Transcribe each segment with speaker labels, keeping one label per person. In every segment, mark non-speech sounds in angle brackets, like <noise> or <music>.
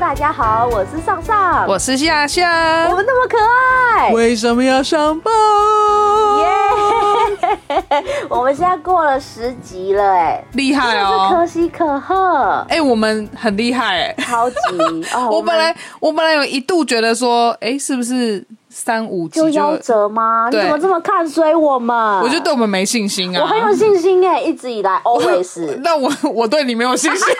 Speaker 1: 大家好，我是上上，
Speaker 2: 我是夏夏
Speaker 1: 我。们那么可爱，
Speaker 2: 为什么要上班？
Speaker 1: <laughs> 我们现在过了十集了，哎，
Speaker 2: 厉
Speaker 1: 真
Speaker 2: 害
Speaker 1: 的是可
Speaker 2: 哦！
Speaker 1: 喜可贺，
Speaker 2: 哎、我们很厉害哎、
Speaker 1: 超级哦！
Speaker 2: <laughs> 我
Speaker 1: 们
Speaker 2: 本来我本来有一度觉得说，哎、是不是三五集
Speaker 1: 就
Speaker 2: 就
Speaker 1: 夭折吗？你
Speaker 2: 对
Speaker 1: 怎么这么看衰我们？
Speaker 2: 我就对我们没信心啊。
Speaker 1: 我很有信心哎，一直以来 always。
Speaker 2: 那我我对你没有信心，
Speaker 1: <laughs>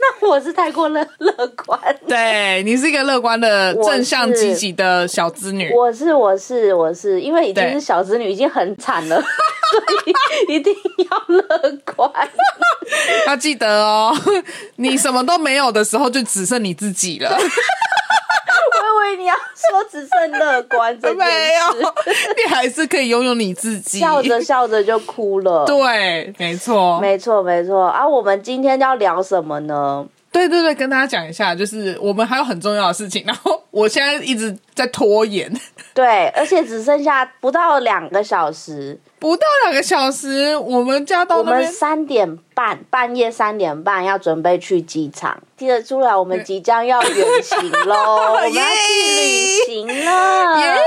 Speaker 1: 那我是太过乐乐观。
Speaker 2: 对你是一个乐观的、
Speaker 1: 我是
Speaker 2: 正向积极的小资女。
Speaker 1: 我是我是我是，因为已经
Speaker 2: 对
Speaker 1: 是小子女，已经很惨
Speaker 2: <laughs>
Speaker 1: 了，所以一定要乐观。
Speaker 2: 要记得哦，你什么都没有的时候，就只剩你自己
Speaker 1: <laughs>
Speaker 2: 了。
Speaker 1: 我以为你要说只剩乐观这件
Speaker 2: <laughs> 没有
Speaker 1: 事，，
Speaker 2: 你还是可以拥有你自己。
Speaker 1: 笑着笑着就哭了。
Speaker 2: 对，没错，
Speaker 1: 没错没错啊！我们今天要聊什么呢？
Speaker 2: 对对对，跟大家讲一下，就是我们还有很重要的事情，然后我现在一直在拖延，
Speaker 1: 对，而且只剩下不到两个小时，
Speaker 2: 不到两个小时，我们家
Speaker 1: 我
Speaker 2: 到那
Speaker 1: 们
Speaker 2: 边
Speaker 1: 三点半，半夜三点半要准备去机场，听得出来我们即将要远行
Speaker 2: <laughs>
Speaker 1: 喽，我们要去旅行了。
Speaker 2: 耶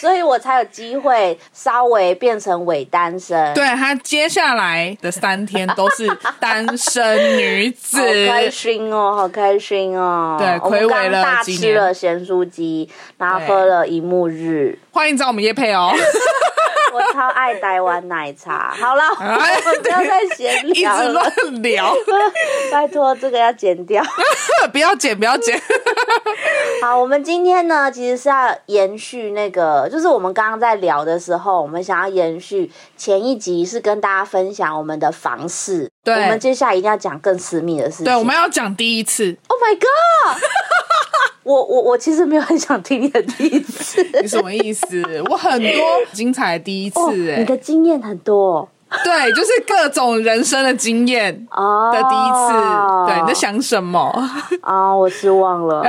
Speaker 1: 所以我才有机会稍微变成伪单身。
Speaker 2: 对她接下来的三天都是单身女子
Speaker 1: 好，开心哦， <laughs> 好开心哦！
Speaker 2: 对
Speaker 1: 我们
Speaker 2: 暌
Speaker 1: 刚
Speaker 2: 违了
Speaker 1: 大
Speaker 2: 几
Speaker 1: 吃
Speaker 2: 年
Speaker 1: 了咸酥鸡，然后
Speaker 2: 对
Speaker 1: 喝了一幕日，
Speaker 2: 欢迎找我们叶佩哦，
Speaker 1: 我超爱台湾奶
Speaker 2: <laughs>
Speaker 1: 茶。好了，我
Speaker 2: 哎
Speaker 1: 们不要再闲
Speaker 2: 一直
Speaker 1: 聊了，
Speaker 2: 乱聊，
Speaker 1: <laughs> 拜托这个要剪
Speaker 2: <laughs>
Speaker 1: 掉。
Speaker 2: 不要剪，不要剪，
Speaker 1: 好，我们今天呢，其实是要延续那个，就是我们刚刚在聊的时候，我们想要延续前一集是跟大家分享我们的房事，
Speaker 2: 对
Speaker 1: 我们接下来一定要讲更私密的事情。
Speaker 2: 对，我们要讲第一次，
Speaker 1: ，Oh my God！我我我其实没有很想听你的第一次，
Speaker 2: 你什么意思？我很多精彩的第一
Speaker 1: 哦
Speaker 2: 次、
Speaker 1: 你
Speaker 2: 哎、
Speaker 1: 的经验很多
Speaker 2: 对，就是各种人生的经验。
Speaker 1: 哦
Speaker 2: 的第一次，对，你在想什么？
Speaker 1: 啊、我失望了。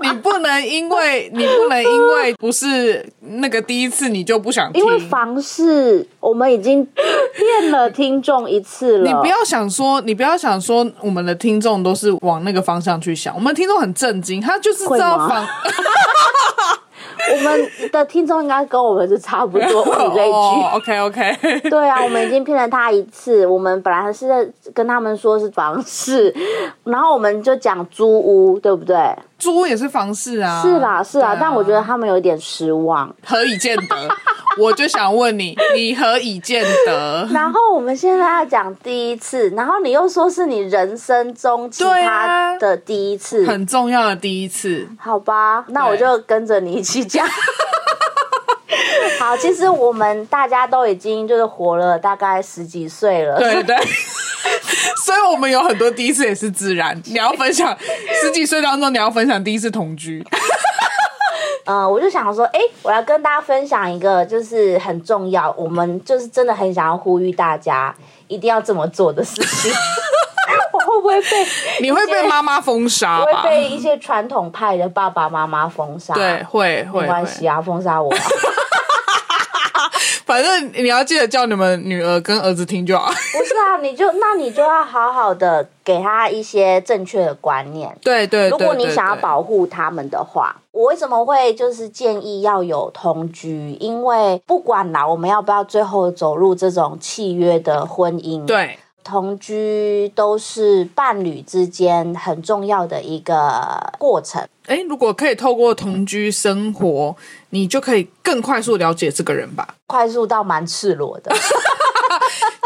Speaker 2: 你不能
Speaker 1: <laughs>
Speaker 2: 因为你不能因为不是那个第一次你就不想听
Speaker 1: 因，为房事，我们已经骗了听众一次了。
Speaker 2: 你不要想说你不要想说我们的听众都是往那个方向去想，我们听众很震惊，他就是知道
Speaker 1: 会吗
Speaker 2: 房
Speaker 1: 我们的听众应该 <laughs> 跟我们是差不多五类
Speaker 2: 哦
Speaker 1: 句。
Speaker 2: ，OK OK，
Speaker 1: <laughs> 对啊，我们已经骗了他一次。我们本来是在跟他们说是房事，然后我们就讲租屋，对不对？
Speaker 2: 猪也是房事啊，
Speaker 1: 是啦，是啦。
Speaker 2: 对
Speaker 1: 但我觉得他们有一点失望。
Speaker 2: 何以见
Speaker 1: <laughs>
Speaker 2: 得？我就想问你，你何以见得？
Speaker 1: 然后我们现在要讲第一次，然后你又说是你人生中其
Speaker 2: 对
Speaker 1: 他
Speaker 2: 啊
Speaker 1: 的第一次，
Speaker 2: 很重要的第一次，
Speaker 1: 好吧，那我就跟着你一起讲。 <laughs> 好，其实我们大家都已经就是活了大概十几岁了，
Speaker 2: 对
Speaker 1: <laughs>
Speaker 2: 对。所以我们有很多第一次也是自然。你要分享十几岁当中，你要分享第一次同居，
Speaker 1: 嗯，我就想说，哎、我要跟大家分享一个，就是很重要，我们就是真的很想要呼吁大家一定要这么做的事
Speaker 2: <laughs>
Speaker 1: 情。我会不会 <laughs> 被
Speaker 2: 你会被妈妈封杀
Speaker 1: 我
Speaker 2: 吧
Speaker 1: 会？被一些传统派的爸爸妈妈封杀？
Speaker 2: 对，，会
Speaker 1: 没
Speaker 2: 会
Speaker 1: 关
Speaker 2: 会，
Speaker 1: 系啊，封杀我啊、
Speaker 2: 反正你要记得叫你们女儿跟儿子听就好。
Speaker 1: <laughs>
Speaker 2: <laughs>
Speaker 1: 不是啊，你就那你就要好好的给他一些正确的观念。
Speaker 2: 对对对，
Speaker 1: 如果你
Speaker 2: 对
Speaker 1: 想要
Speaker 2: 对
Speaker 1: 保护他们的话，我为什么会就是建议要有同居？因为不管啦，我们要不要最后走入这种契约的婚姻，
Speaker 2: 对
Speaker 1: 同居都是伴侣之间很重要的一个过程。
Speaker 2: 哎，如果可以透过同居生活，你就可以更快速了解这个人
Speaker 1: <laughs>
Speaker 2: 吧。
Speaker 1: 快速到蛮赤裸的，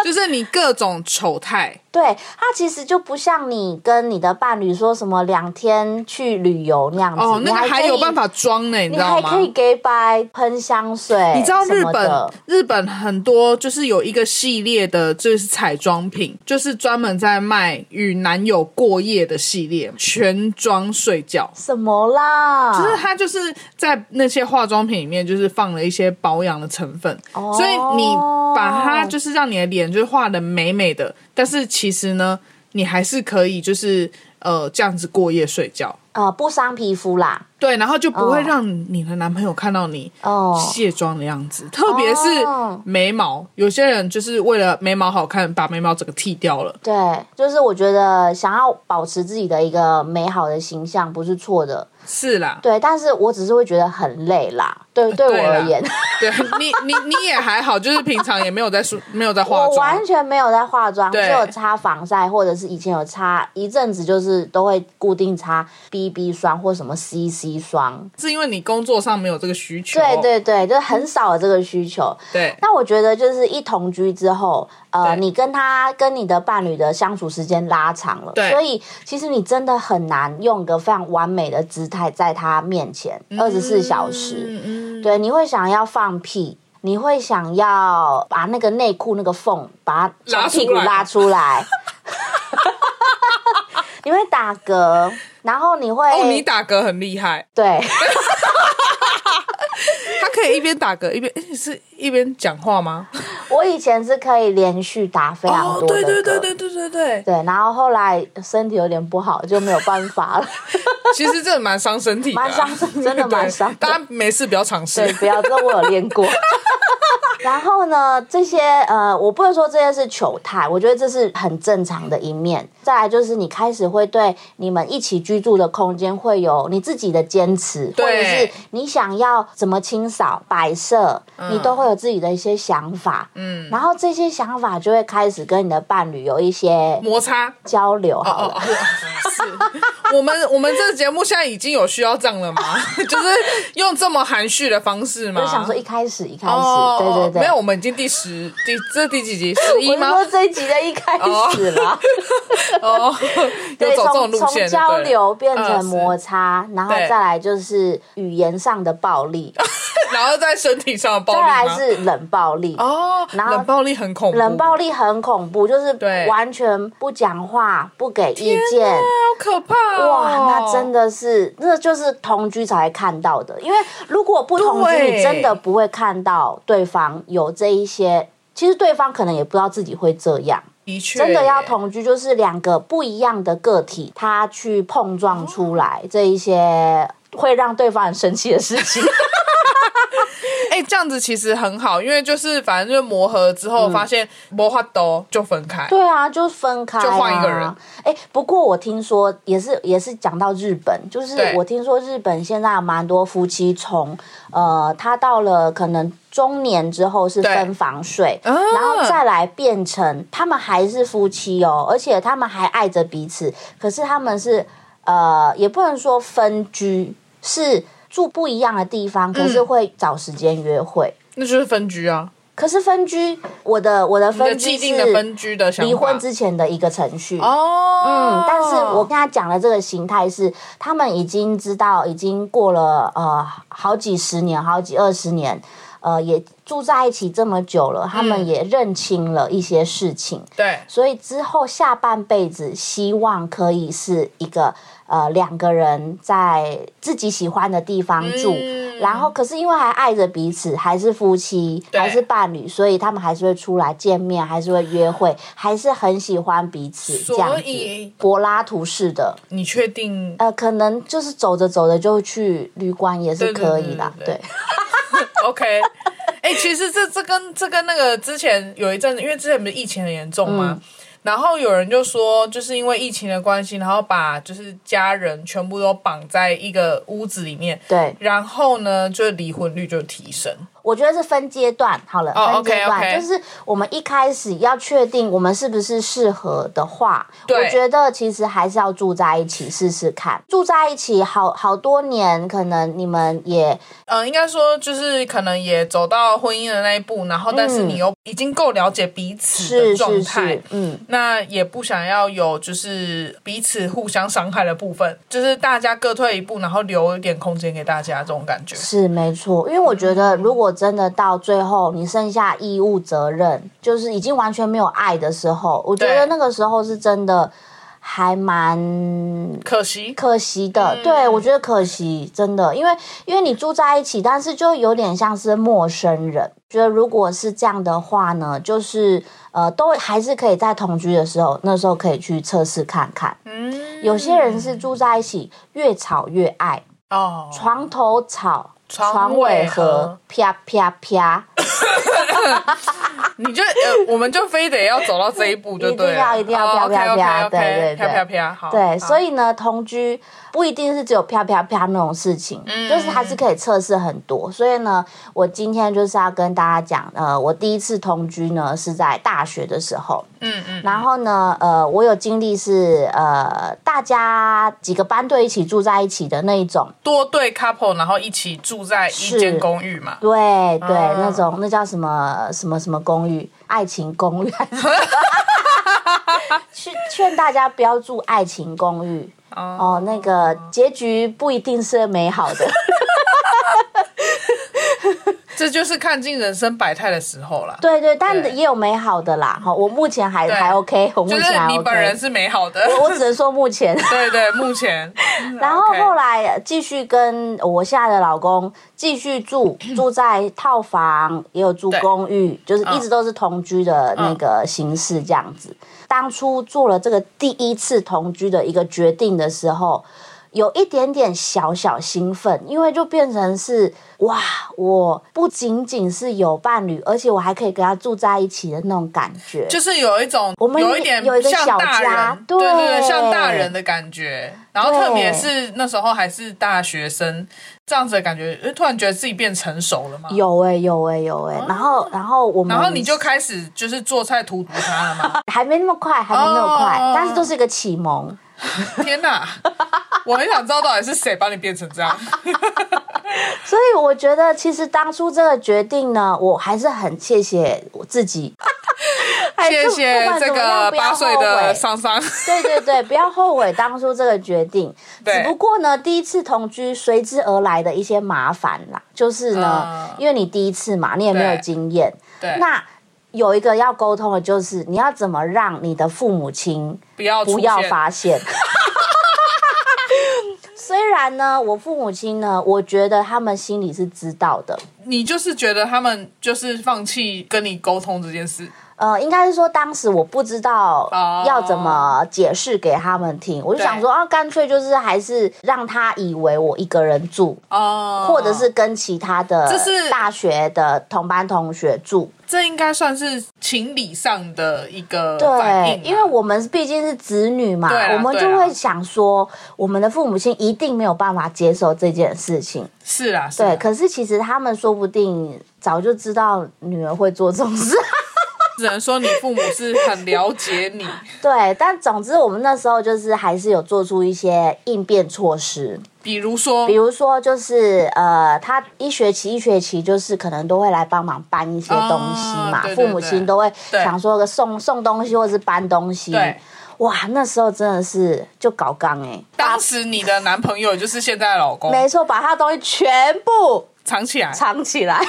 Speaker 2: 就是你各种丑态，
Speaker 1: 对它其实就不像你跟你的伴侣说什么两天去旅游那样子，
Speaker 2: 哦，
Speaker 1: 你
Speaker 2: 那个还
Speaker 1: 可以
Speaker 2: 有办法装呢，你
Speaker 1: 你
Speaker 2: 知道
Speaker 1: 还
Speaker 2: 吗？
Speaker 1: 可以给白喷香水，
Speaker 2: 你知道
Speaker 1: 什
Speaker 2: 日
Speaker 1: 么
Speaker 2: 本
Speaker 1: 的
Speaker 2: 日本很多就是有一个系列的，就是彩妆品，就是专门在卖与男友过夜的系列，全妆睡觉。
Speaker 1: 什么啦？
Speaker 2: 就是它就是在那些化妆品里面，就是放了一些保养的成分，
Speaker 1: 哦
Speaker 2: 所以你把它就是让你的脸就是画的美美的，但是其实呢，你还是可以就是呃这样子过夜睡觉。
Speaker 1: 呃，不伤皮肤啦。
Speaker 2: 对，然后就不会
Speaker 1: 哦
Speaker 2: 让你的男朋友看到你
Speaker 1: 哦，
Speaker 2: 卸妆的样子，特别是
Speaker 1: 哦
Speaker 2: 眉毛，有些人就是为了眉毛好看，把眉毛整个剃掉了。
Speaker 1: 对，就是我觉得想要保持自己的一个美好的形象不是错的，
Speaker 2: 是啦，
Speaker 1: 对，但是我只是会觉得很累啦。对，对
Speaker 2: 对
Speaker 1: 我
Speaker 2: 啦
Speaker 1: 而言，
Speaker 2: 对你，你你也还好，就是平常也没有在梳，没有在化
Speaker 1: 我
Speaker 2: 妆
Speaker 1: 完。全没有在化妆，只
Speaker 2: 对
Speaker 1: 有擦防晒，或者是以前有擦一阵子，就是都会固定擦 BB 霜或什么 CC 霜。
Speaker 2: 是因为你工作上没有这个需求。
Speaker 1: 对对对，就是很少有这个需求。
Speaker 2: 对
Speaker 1: 那我觉得就是一同居之后，呃，
Speaker 2: 对
Speaker 1: 你跟他跟你的伴侣的相处时间拉长了，
Speaker 2: 对
Speaker 1: 所以其实你真的很难用个非常完美的姿态在他面前二十四小时，
Speaker 2: 嗯嗯，
Speaker 1: 对，你会想要放屁。你会想要把那个内裤那个缝，把它
Speaker 2: 拉
Speaker 1: 从
Speaker 2: 出来
Speaker 1: 屁股拉出
Speaker 2: <laughs>
Speaker 1: 来，你会打嗝，然后你会、
Speaker 2: 哦，你打嗝很厉害，
Speaker 1: 对，
Speaker 2: 他可以一边打嗝一边诶是一边讲话吗？
Speaker 1: 我以前是可以连续打非常
Speaker 2: 哦
Speaker 1: 多，的
Speaker 2: 对对
Speaker 1: 嗝
Speaker 2: 对对对对对，
Speaker 1: 对，然后后来身体有点不好，就没有办法了。
Speaker 2: 其实这蛮伤身体的啊，
Speaker 1: 蛮伤身真的蛮伤的
Speaker 2: 对大家没事不要尝试
Speaker 1: 对，。不要，这我有练过。 <laughs> 然后呢，这些呃，我不能说这些是糗态，我觉得这是很正常的一面。再来就是你开始会对你们一起居住的空间会有你自己的坚持，或者
Speaker 2: 对
Speaker 1: 是你想要怎么清扫摆设，
Speaker 2: 嗯
Speaker 1: 你都会有自己的一些想法。嗯，然后这些想法就会开始跟你的伴侣有一些
Speaker 2: 摩擦
Speaker 1: 交流。好了。
Speaker 2: 哦，哦是我们我们这个节目现在已经有需要这样了吗？ <laughs> 就是用这么含蓄的方式吗？
Speaker 1: 我想说一开始一开始，
Speaker 2: 哦，
Speaker 1: 对对对，
Speaker 2: 没有，我们已经第十第这第几集十一
Speaker 1: 我是
Speaker 2: 吗
Speaker 1: 说？这一集的一开始
Speaker 2: <laughs>
Speaker 1: 啦，
Speaker 2: 哦，
Speaker 1: <laughs>
Speaker 2: 有 <laughs>
Speaker 1: 对，
Speaker 2: 走这种
Speaker 1: 从
Speaker 2: 路
Speaker 1: 从
Speaker 2: 线，
Speaker 1: 交
Speaker 2: 对
Speaker 1: 流变成
Speaker 2: 嗯
Speaker 1: 摩擦，然后
Speaker 2: 对
Speaker 1: 再来就是语言上的暴力，
Speaker 2: 然后在身体上的暴
Speaker 1: 再
Speaker 2: 力吗
Speaker 1: 来是冷暴力。
Speaker 2: 哦，
Speaker 1: 然后
Speaker 2: 冷暴力很恐怖，
Speaker 1: 冷暴力很恐怖，就是
Speaker 2: 对
Speaker 1: 完全不讲话、不给意
Speaker 2: 天
Speaker 1: 见
Speaker 2: 哪，好可怕哦！
Speaker 1: 哇，那真的是，那就是同居才会看到的。因为如果不同居，
Speaker 2: 对
Speaker 1: 你真的不会看到对方有这一些。其实对方可能也不知道自己会这样，
Speaker 2: 的确
Speaker 1: 真的要
Speaker 2: 耶
Speaker 1: 同居，就是两个不一样的个体，他去碰撞出来这一些会让对方很生气的事情。
Speaker 2: 哎、这样子其实很好，因为就是反正就是磨合之
Speaker 1: 嗯
Speaker 2: 后，发现磨法都就分开。
Speaker 1: 对啊，就分开、啊，
Speaker 2: 就换一个人。
Speaker 1: 哎、不过我听说也是也是讲到日本，就是
Speaker 2: 对
Speaker 1: 我听说日本现在有蛮多夫妻从呃，他到了可能中年之后是
Speaker 2: 对
Speaker 1: 分房睡，
Speaker 2: 啊
Speaker 1: 然后再来变成他们还是夫妻哦，而且他们还爱着彼此，可是他们是呃，也不能说分居，是住不一样的地方，可
Speaker 2: 嗯
Speaker 1: 是会找时间约会。
Speaker 2: 那就是分居啊，
Speaker 1: 可是分居，我的我的
Speaker 2: 你的
Speaker 1: 分居
Speaker 2: 既
Speaker 1: 是
Speaker 2: 定的分居的想法。
Speaker 1: 离婚之前的一个程序。
Speaker 2: 哦，
Speaker 1: 嗯，但是我跟他讲的这个形态是，他们已经知道，已经过了呃好几十年、好几二十年，呃，也住在一起这么久了，他
Speaker 2: 嗯
Speaker 1: 们也认清了一些事情，
Speaker 2: 对
Speaker 1: 所以之后下半辈子希望可以是一个呃两个人在自己喜欢的地方住，
Speaker 2: 嗯
Speaker 1: 然后可是因为还爱着彼此，还是夫妻，
Speaker 2: 对
Speaker 1: 还是伴侣，所以他们还是会出来见面，还是会约会，还是很喜欢彼此这样
Speaker 2: 所
Speaker 1: 子。
Speaker 2: 以
Speaker 1: 柏拉图式的，
Speaker 2: 你确定？
Speaker 1: 呃，可能就是走着走着就去旅馆也是
Speaker 2: 对对
Speaker 1: 可以啦，
Speaker 2: 对
Speaker 1: 对
Speaker 2: 对 OK，哎、 <laughs> 其实这这跟这跟那个之前有一阵子，因为之前不是疫情很严重嘛，
Speaker 1: 嗯
Speaker 2: 然后有人就说，就是因为疫情的关系，然后把就是家人全部都绑在一个屋子里面，
Speaker 1: 对，
Speaker 2: 然后呢，就是离婚率就提升。
Speaker 1: 我觉得是分阶段好了，
Speaker 2: 哦
Speaker 1: 分阶段
Speaker 2: OK，OK
Speaker 1: 就是我们一开始要确定我们是不是适合的话，
Speaker 2: 对
Speaker 1: 我觉得其实还是要住在一起试试看，住在一起好好多年，可能你们也
Speaker 2: 嗯，应该说就是可能也走到婚姻的那一步，然后但是
Speaker 1: 嗯
Speaker 2: 你又已经够了解彼此
Speaker 1: 是
Speaker 2: 的状
Speaker 1: 是
Speaker 2: 态，
Speaker 1: 是，嗯。
Speaker 2: 那也不想要有就是彼此互相伤害的部分，就是大家各退一步，然后留一点空间给大家这种感觉。
Speaker 1: 是没错，因为我觉得，如果真的到最后你剩下义务责任，就是已经完全没有爱的时候，我觉
Speaker 2: 对
Speaker 1: 得那个时候是真的还蛮
Speaker 2: 可惜，
Speaker 1: 可惜的。
Speaker 2: 嗯
Speaker 1: 对我觉得可惜，真的，因为因为你住在一起，但是就有点像是陌生人。觉得如果是这样的话呢，就是呃，都还是可以在同居的时候，那时候可以去测试看看。
Speaker 2: 嗯，
Speaker 1: 有些人是住在一起，越吵越爱，
Speaker 2: 哦，
Speaker 1: 床头吵，
Speaker 2: 床
Speaker 1: 尾
Speaker 2: 尾
Speaker 1: 和
Speaker 2: 和，
Speaker 1: 啪啪啪，
Speaker 2: 你就呃，我们就非得要走到这一步，就对
Speaker 1: <laughs>
Speaker 2: 了，
Speaker 1: 一定要一定要啪啪啪
Speaker 2: 哦，OK，OK，OK，
Speaker 1: 对对对
Speaker 2: 啪啪啪，好，
Speaker 1: 对，所
Speaker 2: 以
Speaker 1: 以呢，同居不一定是只有啪啪啪那种事情，
Speaker 2: 嗯
Speaker 1: 就是还是可以测试很多。所以呢，我今天就是要跟大家讲，呃，我第一次同居呢是在大学的时候，
Speaker 2: 嗯嗯，
Speaker 1: 然后呢，呃，我有经历是呃，大家几个班队一起住在一起的那一种，
Speaker 2: 多对 couple，然后一起住在一
Speaker 1: 是
Speaker 2: 间公寓嘛，
Speaker 1: 对对，
Speaker 2: 啊
Speaker 1: 那种那叫什么什么什么公寓，爱情公
Speaker 2: <laughs>
Speaker 1: 寓还是什么？去劝大家不要住爱情公寓
Speaker 2: 哦，
Speaker 1: 哦，那个结局不一定是美好
Speaker 2: <laughs>
Speaker 1: 的。
Speaker 2: 这就是看尽人生百态的时候啦。
Speaker 1: 对对，但
Speaker 2: 对
Speaker 1: 也有美好的啦。哈，我目前还
Speaker 2: 对
Speaker 1: 还 OK，我目
Speaker 2: 就是
Speaker 1: 前还
Speaker 2: 你本人
Speaker 1: OK。
Speaker 2: 是美好的，
Speaker 1: 我我只能说目前，
Speaker 2: 对对，目前，
Speaker 1: 然后
Speaker 2: OK
Speaker 1: 后来呃继续跟我现在的老公继续住，住在套房，也有住
Speaker 2: 对嗯
Speaker 1: 公寓，就是一直都是同居的那个形式这样子。当初做了这个第一次同居的一个决定的时候，有一点点小小兴奋，因为就变成是哇，我不仅仅是有伴侣，而且我还可以跟他住在一起的那种感觉。
Speaker 2: 就是有一种
Speaker 1: 我们
Speaker 2: 有一点
Speaker 1: 有一个
Speaker 2: 像
Speaker 1: 小
Speaker 2: 大
Speaker 1: 家
Speaker 2: 人，对对
Speaker 1: 对
Speaker 2: 对，像大人的感觉。然后
Speaker 1: 对
Speaker 2: 特别是那时候还是大学生，这样子的感觉，诶突然觉得自己变成熟了嘛。
Speaker 1: 有哎、有哎、有哎、然后然后我们，
Speaker 2: 然后你就开始就是做菜荼毒他
Speaker 1: <laughs>
Speaker 2: 了嘛？
Speaker 1: 还没那么快，还没那么快，
Speaker 2: 哦
Speaker 1: 但是就是一个启蒙。
Speaker 2: 天哪，我很想知道到底是谁把你变成
Speaker 1: <laughs>
Speaker 2: 这样。
Speaker 1: 所以我觉得，其实当初这个决定呢，我还是很谢谢我自己。还是
Speaker 2: <laughs> 谢
Speaker 1: 哎不
Speaker 2: 谢
Speaker 1: 管
Speaker 2: 这
Speaker 1: 怎么样
Speaker 2: 个
Speaker 1: 不要
Speaker 2: 八岁
Speaker 1: 后
Speaker 2: 的
Speaker 1: 悔 <laughs>
Speaker 2: 桑桑，
Speaker 1: 对对对，不要后悔当初这个决定。
Speaker 2: <laughs> 对
Speaker 1: 只不过呢，第一次同居随之而来的一些麻烦啦，就是呢，
Speaker 2: 嗯
Speaker 1: 因为你第一次嘛，你也没有
Speaker 2: 对
Speaker 1: 经验，
Speaker 2: 对，
Speaker 1: 那。有一个要沟通的，就是你要怎么让你的父母亲
Speaker 2: 不要出
Speaker 1: 不要
Speaker 2: 现
Speaker 1: 发现。 <laughs> 虽然呢，我父母亲呢，我觉得他们心里是知道的，
Speaker 2: 你就是觉得他们就是放弃跟你沟通这件事，
Speaker 1: 呃，应该是说当时我不知道
Speaker 2: 哦
Speaker 1: 要怎么解释给他们听，我就
Speaker 2: 对
Speaker 1: 想说啊，干脆就是还是让他以为我一个人住，
Speaker 2: 哦，
Speaker 1: 或者是跟其他的
Speaker 2: 这是
Speaker 1: 大学的同班同学住，
Speaker 2: 这应该算是情理上的一个反
Speaker 1: 对
Speaker 2: 应啊，，
Speaker 1: 因为我们毕竟是子女嘛
Speaker 2: 对，啊
Speaker 1: 我们
Speaker 2: 对
Speaker 1: 就
Speaker 2: 啊
Speaker 1: 会想说，我们的父母亲一定没有办法接受这件事情。
Speaker 2: 是啦，是啦啊
Speaker 1: 对，可是其实他们说不定早就知道女儿会做这种
Speaker 2: <laughs>
Speaker 1: 事，
Speaker 2: 只能说你父母是很了解你，
Speaker 1: 对。但总之，我们那时候就是还是有做出一些应变措施，
Speaker 2: 比如
Speaker 1: <laughs>
Speaker 2: 说
Speaker 1: 比，如说就是呃，他一学期一学期就是可能都会来帮忙搬一些东西嘛，
Speaker 2: 啊对对对
Speaker 1: 父母亲都会想说个送送东西或是搬东西
Speaker 2: 对。
Speaker 1: 哇，那时候真的是就搞刚哎、把
Speaker 2: 当时你的男朋友就是现在的老公，
Speaker 1: 没错，把他的东西全部
Speaker 2: 藏起来，
Speaker 1: 藏起来。 <laughs>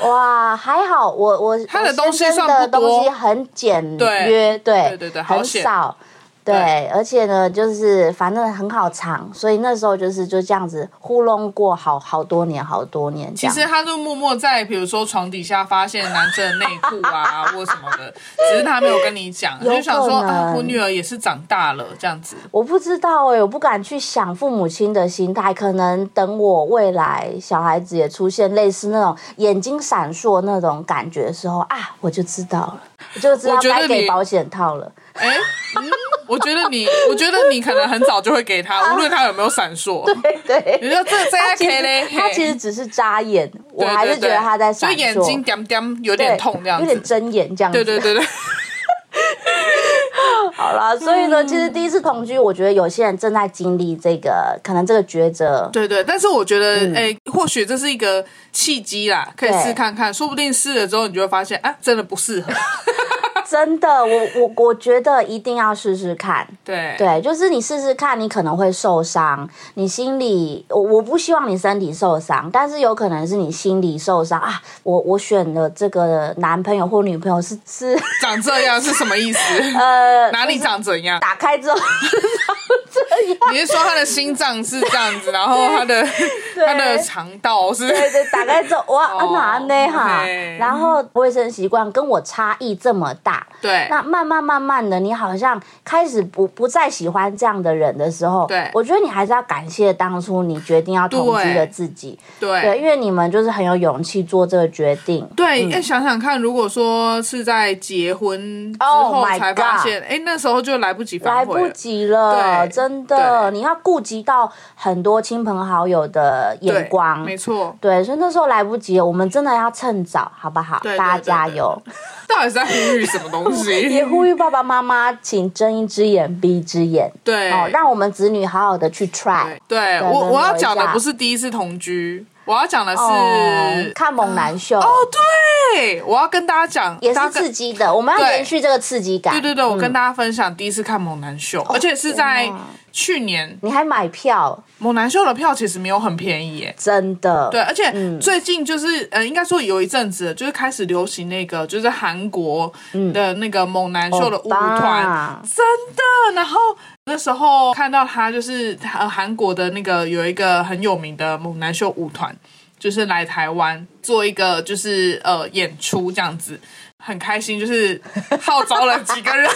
Speaker 1: 哇，还好我我
Speaker 2: 他的
Speaker 1: 我
Speaker 2: 东西
Speaker 1: 先生
Speaker 2: 算
Speaker 1: 的
Speaker 2: 不多
Speaker 1: 东西很简约，对
Speaker 2: 对
Speaker 1: 对
Speaker 2: 对对对好
Speaker 1: 很
Speaker 2: 险
Speaker 1: 少。对
Speaker 2: 对，
Speaker 1: 而且呢，就是反正很好藏，所以那时候就是就这样子糊弄过好好多年，好多年这
Speaker 2: 其
Speaker 1: 样。
Speaker 2: 实他就默默在比如说床底下发现男生的内裤啊
Speaker 1: <laughs>
Speaker 2: 或什么的，只是他没有跟你讲，
Speaker 1: 有
Speaker 2: 就想说
Speaker 1: 可能
Speaker 2: 啊，我女儿也是长大了这样子，
Speaker 1: 我不知道哎、我不敢去想父母亲的心态，可能等我未来小孩子也出现类似那种眼睛闪烁那种感觉的时候啊，我就知道了，我就知道
Speaker 2: 我觉得
Speaker 1: 该给
Speaker 2: 你
Speaker 1: 保险套了。
Speaker 2: 哎、嗯，我觉得你，我觉得你可能很早就会
Speaker 1: <laughs>
Speaker 2: 给他，无论他有没有闪烁。
Speaker 1: 啊对，
Speaker 2: 你说这
Speaker 1: 他
Speaker 2: 这在
Speaker 1: 其
Speaker 2: K
Speaker 1: 实
Speaker 2: 嘞，
Speaker 1: 他其
Speaker 2: 嘿
Speaker 1: 实只是眨眼，我
Speaker 2: 对
Speaker 1: 还是
Speaker 2: 对
Speaker 1: 觉
Speaker 2: 对
Speaker 1: 得他在闪
Speaker 2: 就
Speaker 1: 烁，
Speaker 2: 眼睛点点有
Speaker 1: 对
Speaker 2: 点痛这样
Speaker 1: 有点
Speaker 2: 子。
Speaker 1: 睁眼这样子。
Speaker 2: 对对对 <laughs> 对，
Speaker 1: 好啦，所以呢，其实第一次同居，我觉得有些人正在经历这个，可能这个抉择。
Speaker 2: 对对，但是我觉得，哎、或许这是一个契机啦，可以
Speaker 1: 嗯对
Speaker 2: 试看看，说不定试了之后，你就会发现，啊，真的不
Speaker 1: <laughs>
Speaker 2: 适合。
Speaker 1: 真的，我我我觉得一定要试试看。
Speaker 2: 对
Speaker 1: 对，就是你试试看，你可能会受伤，你心里，我我不希望你身体受伤，但是有可能是你心里受伤啊。我我选的这个男朋友或女朋友是是
Speaker 2: <laughs> 长这样是什么意思？
Speaker 1: <laughs> 呃，
Speaker 2: 哪里长怎样？
Speaker 1: 打开之后这样。
Speaker 2: 你是说他的心脏是这样子，然后他的 <laughs> 他的肠道是？
Speaker 1: 对
Speaker 2: <laughs>
Speaker 1: 对，打开之后哇，啊
Speaker 2: 哦
Speaker 1: 哪呢哈
Speaker 2: 嘿？
Speaker 1: 然后卫生习惯跟我差异这么大，大。
Speaker 2: 对
Speaker 1: 那慢慢慢慢的，你好像开始不不再喜欢这样的人的时候，
Speaker 2: 对
Speaker 1: 我觉得你还是要感谢当初你决定要同居的自己，
Speaker 2: 对
Speaker 1: 因为你们就是很有勇气做这个决定。
Speaker 2: 对，哎，想想看，如果说是在结婚之
Speaker 1: Oh
Speaker 2: 后
Speaker 1: my
Speaker 2: 才发
Speaker 1: God
Speaker 2: 现，哎，那时候就来不及
Speaker 1: 来
Speaker 2: 反悔
Speaker 1: 不
Speaker 2: 了。
Speaker 1: 及了，
Speaker 2: 对
Speaker 1: 真的，
Speaker 2: 对
Speaker 1: 你要顾及到很多亲朋好友的
Speaker 2: 对
Speaker 1: 眼光，
Speaker 2: 没错。
Speaker 1: 对，所以那时候来不及了，我们真的要趁早，好不好？
Speaker 2: 对对
Speaker 1: 大家
Speaker 2: 对
Speaker 1: 加
Speaker 2: 对
Speaker 1: 油！
Speaker 2: 到底是在呼吁什么东西
Speaker 1: <laughs> 也？呼吁爸爸妈妈，请睁一只眼闭一只眼，
Speaker 2: 对，
Speaker 1: 哦，让我们子女好好的去 try
Speaker 2: 对。对
Speaker 1: 对
Speaker 2: 我
Speaker 1: 轮
Speaker 2: 我要
Speaker 1: 流一
Speaker 2: 讲的
Speaker 1: 下
Speaker 2: 不是第一次同居，我要讲的是
Speaker 1: 哦，看猛男秀、
Speaker 2: 哦，对，我要跟大家讲，
Speaker 1: 也
Speaker 2: 大
Speaker 1: 是
Speaker 2: 家跟
Speaker 1: 刺激的，我们要
Speaker 2: 对
Speaker 1: 延续这个刺激感。
Speaker 2: 对对对，我跟大家分享第一次看《猛男秀》，
Speaker 1: 嗯
Speaker 2: 而且是在
Speaker 1: 天哪
Speaker 2: 去年，《
Speaker 1: 你还买票，
Speaker 2: 猛男秀》的票其实没有很便宜耶。
Speaker 1: 真的。
Speaker 2: 对，而
Speaker 1: 嗯
Speaker 2: 且最近就是、呃，应该说有一阵子，就是开始流行那个，就是韩国
Speaker 1: 嗯
Speaker 2: 的那个猛男秀的舞团，
Speaker 1: 吧
Speaker 2: 真的。然后那时候看到他，就是呃韩国的那个有一个很有名的猛男秀舞团，就是来台湾做一个就是呃演出这样子，很开心，就是号召了几
Speaker 1: <laughs>
Speaker 2: 个人。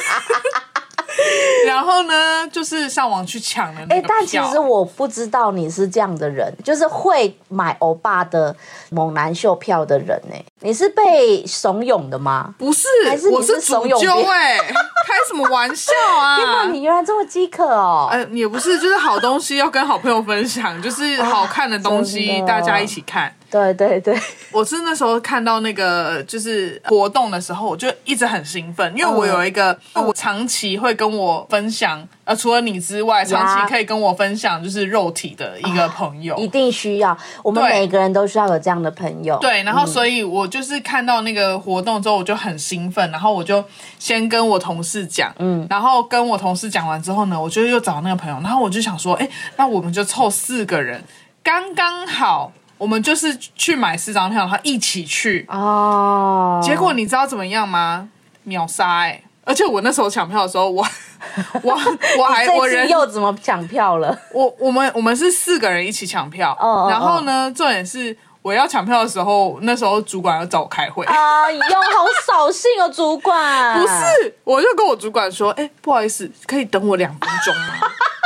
Speaker 2: 然后呢，就是上网去抢了那
Speaker 1: 哎
Speaker 2: 个，票。
Speaker 1: 但其实我不知道你是这样的人，就是会买欧巴的猛男秀票的人哎、你是被怂恿的吗？
Speaker 2: 不是，
Speaker 1: 还是你
Speaker 2: 我
Speaker 1: 是
Speaker 2: 主
Speaker 1: 怂恿别
Speaker 2: 揪哎、开什么玩笑
Speaker 1: <laughs> 天哪，
Speaker 2: 啊！
Speaker 1: 你原来这么饥渴哦！
Speaker 2: 呃，也不是，就是好东西要跟好朋友分享，就是好看的东
Speaker 1: 啊 <laughs>
Speaker 2: 西
Speaker 1: 真的
Speaker 2: 大家一起看。
Speaker 1: 对对对，
Speaker 2: 我是那时候看到那个就是活动的时候，我就一直很兴奋，因为我有一个、我长期会跟我分享，呃，除了你之外，长期可以跟我分享就是肉体的一个朋友。
Speaker 1: 一定需要，我们
Speaker 2: 对
Speaker 1: 每个人都需要有这样的朋友。
Speaker 2: 对，然后所以我就是看到那个活动之后，我就很兴奋，然后我就先跟我同事讲，嗯，然后跟我同事讲完之后呢，我就又找那个朋友，然后我就想说，哎，那我们就凑四个人，刚刚好，我们就是去买四张票，然后一起去。
Speaker 1: 哦，
Speaker 2: 结果你知道怎么样吗？秒杀哎、而且我那时候抢票的时候，我 <laughs> 我我还哎我
Speaker 1: 这
Speaker 2: 人
Speaker 1: 次又怎么抢票 <laughs> 了？
Speaker 2: 我我们我们是四个人一起抢票，
Speaker 1: 哦哦
Speaker 2: 然后呢，重点是我要抢票的时候，那时候主管要找我开会，
Speaker 1: 啊，用好扫兴哦，主管。
Speaker 2: <laughs> 不，是，我就跟我主管说，哎、不好意思，可以等我两分钟吗？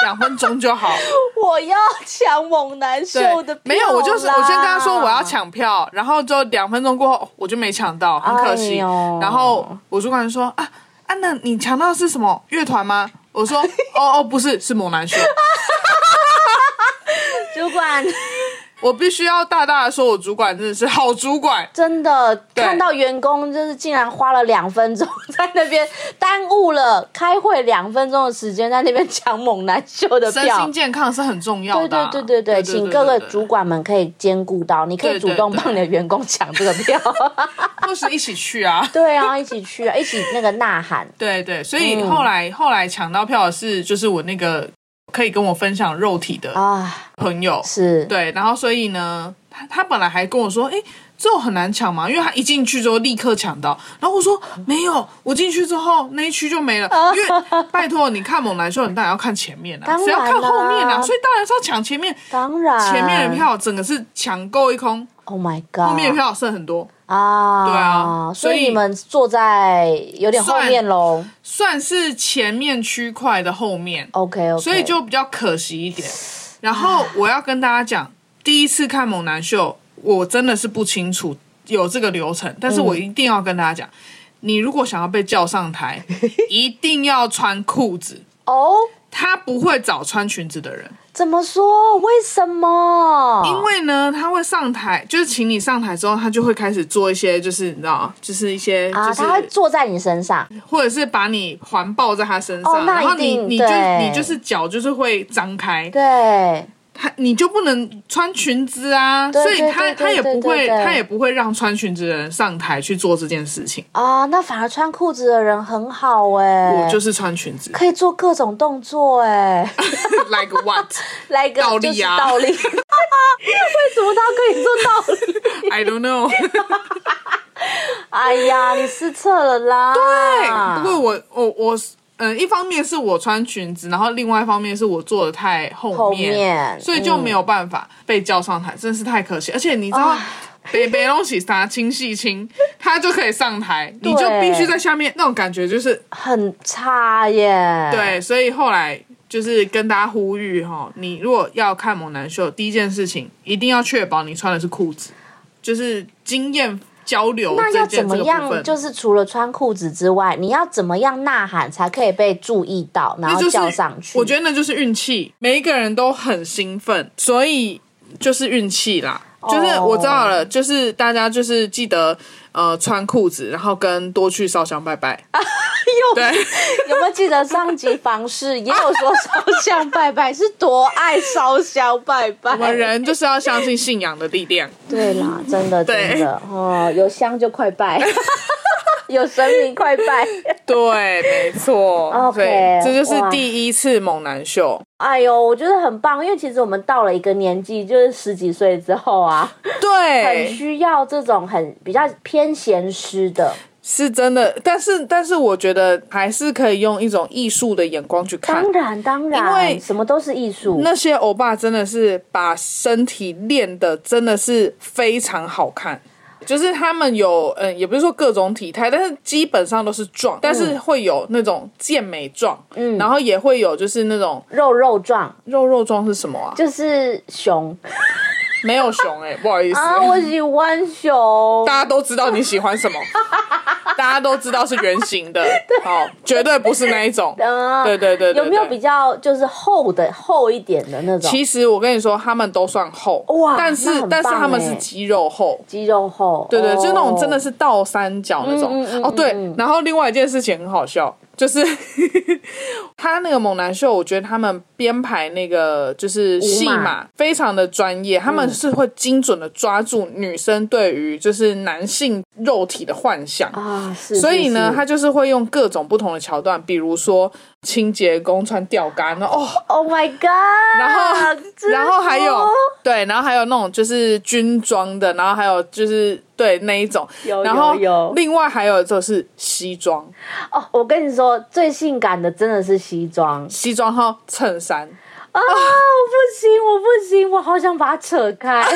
Speaker 2: 两分钟就好，
Speaker 1: 我要抢猛男秀
Speaker 2: 对
Speaker 1: 的票啦，
Speaker 2: 没有，我就是我先跟他说我要抢票，然后就两分钟过后我就没抢到，很可惜。
Speaker 1: 哎呦
Speaker 2: 然后我主管说啊啊，那你抢到的是什么
Speaker 1: <laughs>
Speaker 2: 乐团吗？我说哦哦，不是，是猛男秀。
Speaker 1: <laughs> 主管，
Speaker 2: 我必须要大大的说，我主管真的是好主管，
Speaker 1: 真的
Speaker 2: 对
Speaker 1: 看到员工就是竟然花了两分钟在那边耽误了开会两分钟的时间，在那边抢猛男秀的
Speaker 2: 身
Speaker 1: 票
Speaker 2: 心。健康是很重要
Speaker 1: 对
Speaker 2: 的啊、
Speaker 1: 对对对对，请各个主管们可以兼顾到，你可以
Speaker 2: 对
Speaker 1: 主
Speaker 2: 对
Speaker 1: 动
Speaker 2: 对
Speaker 1: 帮你的员工抢这个票。
Speaker 2: 或是一起去啊。
Speaker 1: <laughs> 对啊，一起去啊，一起那个呐喊。
Speaker 2: 对对，所以
Speaker 1: 嗯
Speaker 2: 后来、后来抢到票的是就是我那个可以跟我分享肉体的
Speaker 1: 啊，
Speaker 2: 朋友，
Speaker 1: 是，
Speaker 2: 对，然后所以呢，他他本来还跟我说，哎，这种很难抢嘛，因为他一进去之后立刻抢到，然后我说没有，我进去之后那一区就没了，因为拜托你看猛男秀，你当然要看前面啊，
Speaker 1: 当然
Speaker 2: 谁要看后面
Speaker 1: 啦
Speaker 2: 啊？所以当然是要抢前面，
Speaker 1: 当然
Speaker 2: 前面的票整个是抢购一空，
Speaker 1: ，Oh my God，
Speaker 2: 后面的票剩很多，
Speaker 1: 啊，
Speaker 2: 对啊
Speaker 1: 所
Speaker 2: 所以
Speaker 1: 以你们坐在有点后面喽
Speaker 2: 算是前面区块的后面，
Speaker 1: ，OK OK，
Speaker 2: 所以就比较可惜一点。然后我要跟大家讲，第一次看猛男秀，我真的是不清楚有这个流程，但是我一定要跟大家讲，你如果想要被叫
Speaker 1: <laughs>
Speaker 2: 上台，一定要穿裤子，
Speaker 1: 哦，
Speaker 2: 他不会找穿裙子的人，
Speaker 1: 怎么说？为什么？
Speaker 2: 因为呢，他会上台，就是请你上台之后，他就会开始做一些，就是你知道，就是一些，
Speaker 1: 啊，
Speaker 2: 就是、
Speaker 1: 他会坐在你身上，
Speaker 2: 或者是把你环抱在他身上，
Speaker 1: 哦那
Speaker 2: 然后
Speaker 1: 一
Speaker 2: 你
Speaker 1: 定
Speaker 2: 你就
Speaker 1: 对
Speaker 2: 你就是脚就是会张开，
Speaker 1: 对，
Speaker 2: 他你就不能穿裙子啊，
Speaker 1: 对
Speaker 2: 所以他
Speaker 1: 对对
Speaker 2: 他也不
Speaker 1: 对对
Speaker 2: 会
Speaker 1: 对
Speaker 2: 他也不会让穿裙子的人上台去做这件事情。
Speaker 1: 啊，那反而穿裤子的人很好哎、
Speaker 2: 我就是穿裙子 <laughs>
Speaker 1: 可以做各种动作哎、
Speaker 2: ，like what
Speaker 1: 来一个
Speaker 2: 倒
Speaker 1: 就
Speaker 2: 立
Speaker 1: 是
Speaker 2: 啊
Speaker 1: 倒立， <laughs> 为什么他可以做倒立？
Speaker 2: I don't
Speaker 1: <laughs>
Speaker 2: know。
Speaker 1: 哎呀，你失策了啦！啊
Speaker 2: 对，不过我我我嗯，一方面是我穿裙子，然后另外一方面是我坐的太后面，
Speaker 1: 后面嗯啊
Speaker 2: 所以就没有办法被叫上台，真是太可惜。而且你知道，别别弄起啥亲细亲，他就可以上台，
Speaker 1: <laughs> 对
Speaker 2: 你就必须在下面，那种感觉就是
Speaker 1: 很差耶。，
Speaker 2: 对，所以后来就是跟大家呼吁哈，你如果要看猛男秀，第一件事情一定要确保你穿的是裤子，就是经验交流
Speaker 1: 那
Speaker 2: 这
Speaker 1: 要
Speaker 2: 件
Speaker 1: 怎么
Speaker 2: 这个部
Speaker 1: 样？
Speaker 2: 分，
Speaker 1: 就是除了穿裤子之外，你要怎么样呐喊才可以被注意到，然
Speaker 2: 那
Speaker 1: 后
Speaker 2: 就是
Speaker 1: 叫上去？
Speaker 2: 我觉得那就是运气，每一个人都很兴奋，所以就是运气啦。
Speaker 1: 哦
Speaker 2: 就是我知道了，就是大家就是记得呃穿裤子，然后跟多去烧香
Speaker 1: <laughs>
Speaker 2: 拜拜。对，
Speaker 1: 有没有记得上集房事也有说烧香拜拜是多爱烧香拜拜？
Speaker 2: 我们人就是要相信信仰的力量。
Speaker 1: 对啦，真的
Speaker 2: 对
Speaker 1: 真的哦，有香就快拜， <laughs> 有神明快拜。
Speaker 2: <laughs> 对，没错。
Speaker 1: OK，
Speaker 2: 对，这就是
Speaker 1: 哇
Speaker 2: 第一次猛男秀。
Speaker 1: 哎呦，我觉得很棒，因为其实我们到了一个年纪，就是十几岁之后啊，很
Speaker 2: 对，
Speaker 1: 需要这种很比较偏闲湿的。
Speaker 2: 是真的，但是但是我觉得还是可以用一种艺术的眼光去看
Speaker 1: 当。然当然，
Speaker 2: 因为
Speaker 1: 什么都是艺术。
Speaker 2: 那些欧巴真的是把身体练的真的是非常好看，就是他们有嗯，也不是说各种体态，但是基本上都是
Speaker 1: 嗯
Speaker 2: 壮，但是会有那种健美壮，嗯，然后也会有就是那种
Speaker 1: 肉肉壮
Speaker 2: 肉肉壮是什么啊？
Speaker 1: 就是熊
Speaker 2: 没有熊哎、不好意
Speaker 1: <laughs>
Speaker 2: 思，
Speaker 1: 啊，我喜欢熊。
Speaker 2: 大家都知道你喜欢什么，大家都知道是圆形
Speaker 1: <laughs>
Speaker 2: 的，好，绝对不是那一种，
Speaker 1: 啊
Speaker 2: 对对对对对
Speaker 1: 有没有比较就是厚的厚一点的那种
Speaker 2: 其实我跟你说，他们都算厚
Speaker 1: 哇
Speaker 2: 但是
Speaker 1: 那很
Speaker 2: 但是
Speaker 1: 棒
Speaker 2: 他们
Speaker 1: 欸
Speaker 2: 是肌肉厚，
Speaker 1: 肌肉厚？
Speaker 2: 对对，
Speaker 1: 哦
Speaker 2: 就那种真的是倒三角那种。
Speaker 1: 嗯嗯嗯
Speaker 2: 哦，对、
Speaker 1: 嗯嗯
Speaker 2: 然后另外一件事情很好笑，就是 <laughs> 他那个猛男秀，我觉得他们编排那个就是戏
Speaker 1: 舞
Speaker 2: 码
Speaker 1: 码
Speaker 2: 非常的专业，他
Speaker 1: 嗯
Speaker 2: 们是会精准的抓住女生对于就是男性肉体的幻想。
Speaker 1: 啊，是。
Speaker 2: 所以呢
Speaker 1: 是，是
Speaker 2: 他就是会用各种不同的桥段，比如说清洁工穿吊杆，然后哦，
Speaker 1: Oh my god！哦
Speaker 2: 然后
Speaker 1: 制服
Speaker 2: 然后还有对，然后还有那种就是军装的，然后还有就是对那一种，
Speaker 1: 有
Speaker 2: 然后
Speaker 1: 有有
Speaker 2: 另外还有就是西装，
Speaker 1: 哦，我跟你说，最性感的真的是西装
Speaker 2: 西装还有衬衫，
Speaker 1: 啊！我不行，我不行，我好想把它扯开。 <laughs>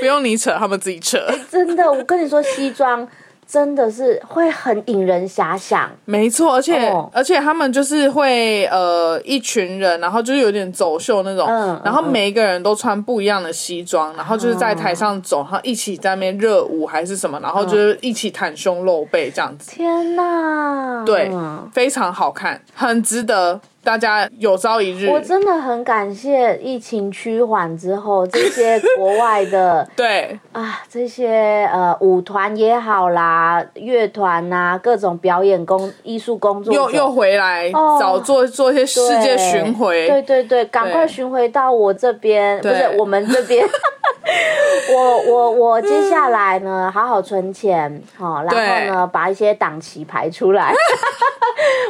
Speaker 2: 不用你扯，他们自己扯，
Speaker 1: 真的，我跟你说，西装真的是会很引人遐想。
Speaker 2: 没错，而且、
Speaker 1: 哦
Speaker 2: 而且他们就是会呃一群人，然后就是有点走秀那种，
Speaker 1: 嗯嗯啊
Speaker 2: 然后每一个人都穿不一样的西装，然后就是在台上走，然后一起在那边热舞还是什么，然后
Speaker 1: 嗯
Speaker 2: 就是一起袒胸露背这样子。
Speaker 1: 天哪！
Speaker 2: 对
Speaker 1: 嗯，
Speaker 2: 非常好看，很值得大家有朝一日。
Speaker 1: 我真的很感谢疫情趋缓之后，这些国外
Speaker 2: <laughs>
Speaker 1: 的
Speaker 2: 对
Speaker 1: 啊，这些呃舞团也好啦，乐团呐，各种表演工艺术工作者
Speaker 2: 又又回来，
Speaker 1: 哦
Speaker 2: 找做做一些世界
Speaker 1: 对
Speaker 2: 巡
Speaker 1: 对
Speaker 2: 回。
Speaker 1: 对对，赶快
Speaker 2: 对
Speaker 1: 巡回到我这边，不
Speaker 2: 对
Speaker 1: 是我们这
Speaker 2: <laughs>
Speaker 1: 边。我我我接下来呢，好好存钱，好、然
Speaker 2: 对
Speaker 1: 后呢，把一些档期排出
Speaker 2: <laughs>
Speaker 1: 来，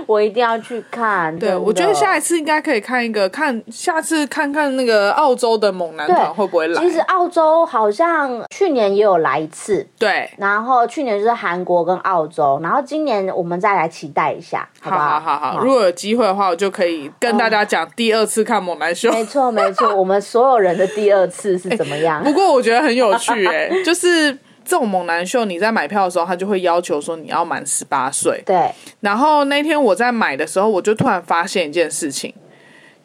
Speaker 1: 我一定要去看。
Speaker 2: 对，
Speaker 1: 真的
Speaker 2: 我觉得下一次应该可以看一个，看下次看看那个澳洲的猛男团
Speaker 1: 对
Speaker 2: <laughs> 会不会来
Speaker 1: 其。实澳洲好像去年也有来一次，
Speaker 2: 对，
Speaker 1: 然后去年就是韩国跟澳洲，然后今年我们再来期待一下，好不
Speaker 2: 好好好好，如果有机会的话，我就可以跟大家讲第二次看猛男秀。
Speaker 1: 没错没错，我们所有人的第二次是怎么
Speaker 2: <laughs>
Speaker 1: 样？
Speaker 2: 不过我觉得很有趣哎、就是这种猛男秀，你在买票的时候，他就会要求说你要满十八岁。
Speaker 1: 对，
Speaker 2: 然后那天我在买的时候，我就突然发现一件事情，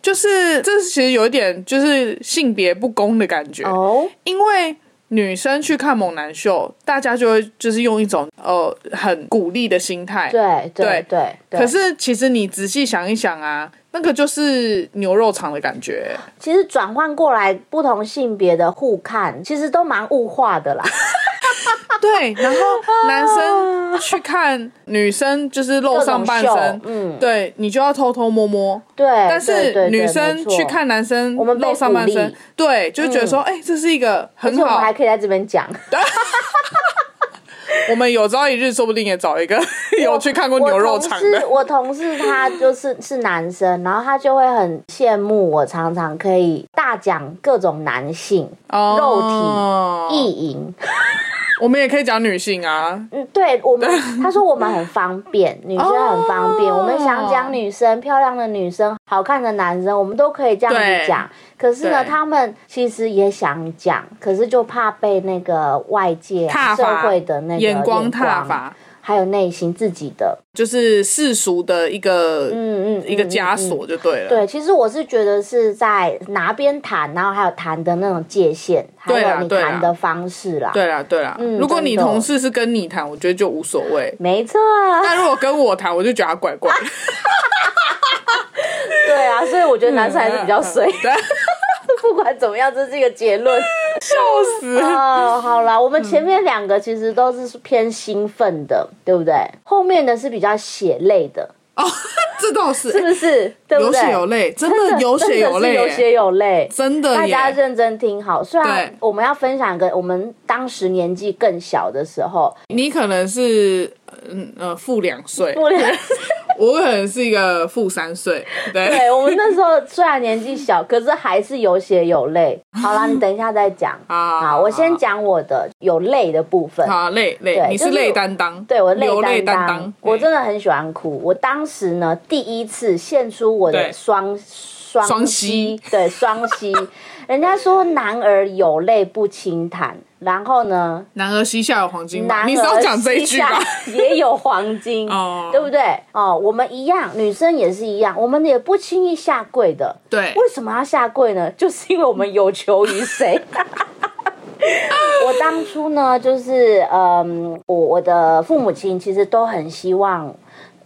Speaker 2: 就是这其实有一点就是性别不公的感觉，
Speaker 1: 哦，
Speaker 2: 因为。女生去看猛男秀，大家就会就是用一种呃很鼓励的心态。
Speaker 1: 对
Speaker 2: 对
Speaker 1: 对对对。
Speaker 2: 可是其实你仔细想一想啊，那个就是牛肉肠的感觉。
Speaker 1: 其实转换过来，不同性别的互看，其实都蛮物化的
Speaker 2: <laughs>
Speaker 1: 啦。
Speaker 2: 对，
Speaker 1: <laughs>
Speaker 2: 然后
Speaker 1: 啊
Speaker 2: 男生去看女生就是露
Speaker 1: 各
Speaker 2: 上
Speaker 1: 种
Speaker 2: 半
Speaker 1: 秀
Speaker 2: 身，
Speaker 1: 嗯，
Speaker 2: 对你就要偷偷摸摸。
Speaker 1: 对。对
Speaker 2: 但是
Speaker 1: 对对
Speaker 2: 女
Speaker 1: 没
Speaker 2: 生
Speaker 1: 错
Speaker 2: 去看男生
Speaker 1: 我们被
Speaker 2: 露上半
Speaker 1: 鼓
Speaker 2: 身
Speaker 1: 励，嗯
Speaker 2: 对，就觉得说，哎、这是一个
Speaker 1: 而
Speaker 2: 很
Speaker 1: 且我们
Speaker 2: 好
Speaker 1: 还。可以在这边讲，
Speaker 2: 我们有朝一日说不定也找一个有
Speaker 1: <laughs>
Speaker 2: 去看过牛肉肠的。
Speaker 1: 我同事我同事他就是是男生，然后他就会很羡慕我，常常可以大讲各种男性
Speaker 2: 哦
Speaker 1: 肉体意淫。
Speaker 2: 我们也可以讲女性啊，
Speaker 1: 嗯，对我
Speaker 2: <laughs>
Speaker 1: 们，他说我们很方便，女生很方便，
Speaker 2: 哦
Speaker 1: 我们想讲女生、漂亮的女生、好看的男生，我们都可以这样子
Speaker 2: 对
Speaker 1: 讲。可是呢，
Speaker 2: 对
Speaker 1: 他们其实也想讲，可是就怕被那个外界、啊、
Speaker 2: 踏
Speaker 1: 社
Speaker 2: 伐
Speaker 1: 会的那个
Speaker 2: 眼光
Speaker 1: 啊光
Speaker 2: 踏，伐，
Speaker 1: 还有内心自己的，
Speaker 2: 就是世俗的一个
Speaker 1: 嗯嗯，
Speaker 2: 一个
Speaker 1: 嗯
Speaker 2: 枷。
Speaker 1: 嗯嗯
Speaker 2: 锁就对了。
Speaker 1: 对，其实我是觉得是在哪边谈，然后还有谈的那种界限，还
Speaker 2: 对啦
Speaker 1: 有你
Speaker 2: 对啦
Speaker 1: 谈的方式啦。
Speaker 2: 对啦，对啦，
Speaker 1: 嗯
Speaker 2: 如果你
Speaker 1: 真的
Speaker 2: 同事是跟你谈，我觉得就无所谓。
Speaker 1: 没错，
Speaker 2: 但如果跟我谈，我就觉得他怪怪的。
Speaker 1: <laughs> 对啊，所以我觉得男生还是比较衰。
Speaker 2: <laughs> 对，
Speaker 1: <laughs> 不管怎么样，这是一个结 <laughs> 论。
Speaker 2: 笑死。
Speaker 1: 哦，好啦，我们前面两个其实都是偏兴奋的，对不对？后面的是比较血泪的，
Speaker 2: 哦，这倒是，
Speaker 1: 是不是？对不
Speaker 2: 有
Speaker 1: 对？
Speaker 2: 血有泪，真
Speaker 1: 真
Speaker 2: 的
Speaker 1: 的
Speaker 2: 有血有
Speaker 1: 真
Speaker 2: 泪，
Speaker 1: 的是有血有泪。
Speaker 2: 真
Speaker 1: 大
Speaker 2: 的
Speaker 1: 家
Speaker 2: 耶。
Speaker 1: 认真听好，虽然
Speaker 2: 对
Speaker 1: 我们要分享一个我们当时年纪更小的时候，
Speaker 2: 你可能是嗯呃负两岁，
Speaker 1: 不 <laughs> 然
Speaker 2: 我可能是一个负三岁，对。
Speaker 1: 对我们那时候虽然年纪小，可是还是有血有泪。好啦，你等一下再讲。
Speaker 2: <laughs> 好
Speaker 1: 好，我先讲我的有泪的部分。
Speaker 2: 好累累
Speaker 1: 对，
Speaker 2: 你
Speaker 1: 就是是
Speaker 2: 泪担当，
Speaker 1: 对我
Speaker 2: 流
Speaker 1: 泪
Speaker 2: 泪
Speaker 1: 担
Speaker 2: 当，嗯
Speaker 1: 我真的很喜欢哭。我当时呢，第一次献出我的
Speaker 2: 对
Speaker 1: 双双
Speaker 2: 双
Speaker 1: 膝
Speaker 2: 膝，
Speaker 1: 对双膝。人家说男儿有泪不轻弹，然后呢，
Speaker 2: 男儿膝下有黄金
Speaker 1: 男
Speaker 2: 吧？
Speaker 1: 儿
Speaker 2: 你是要讲这一句吧
Speaker 1: <laughs> 膝？下也有黄金，
Speaker 2: 哦
Speaker 1: 对不对？哦，我们一样，女生也是一样，我们也不轻易下跪的。
Speaker 2: 对，
Speaker 1: 为什么要下跪呢？ <laughs> 就是因为我们有求于谁。 <laughs> 我当初呢，就是嗯，我我的父母亲其实都很希望，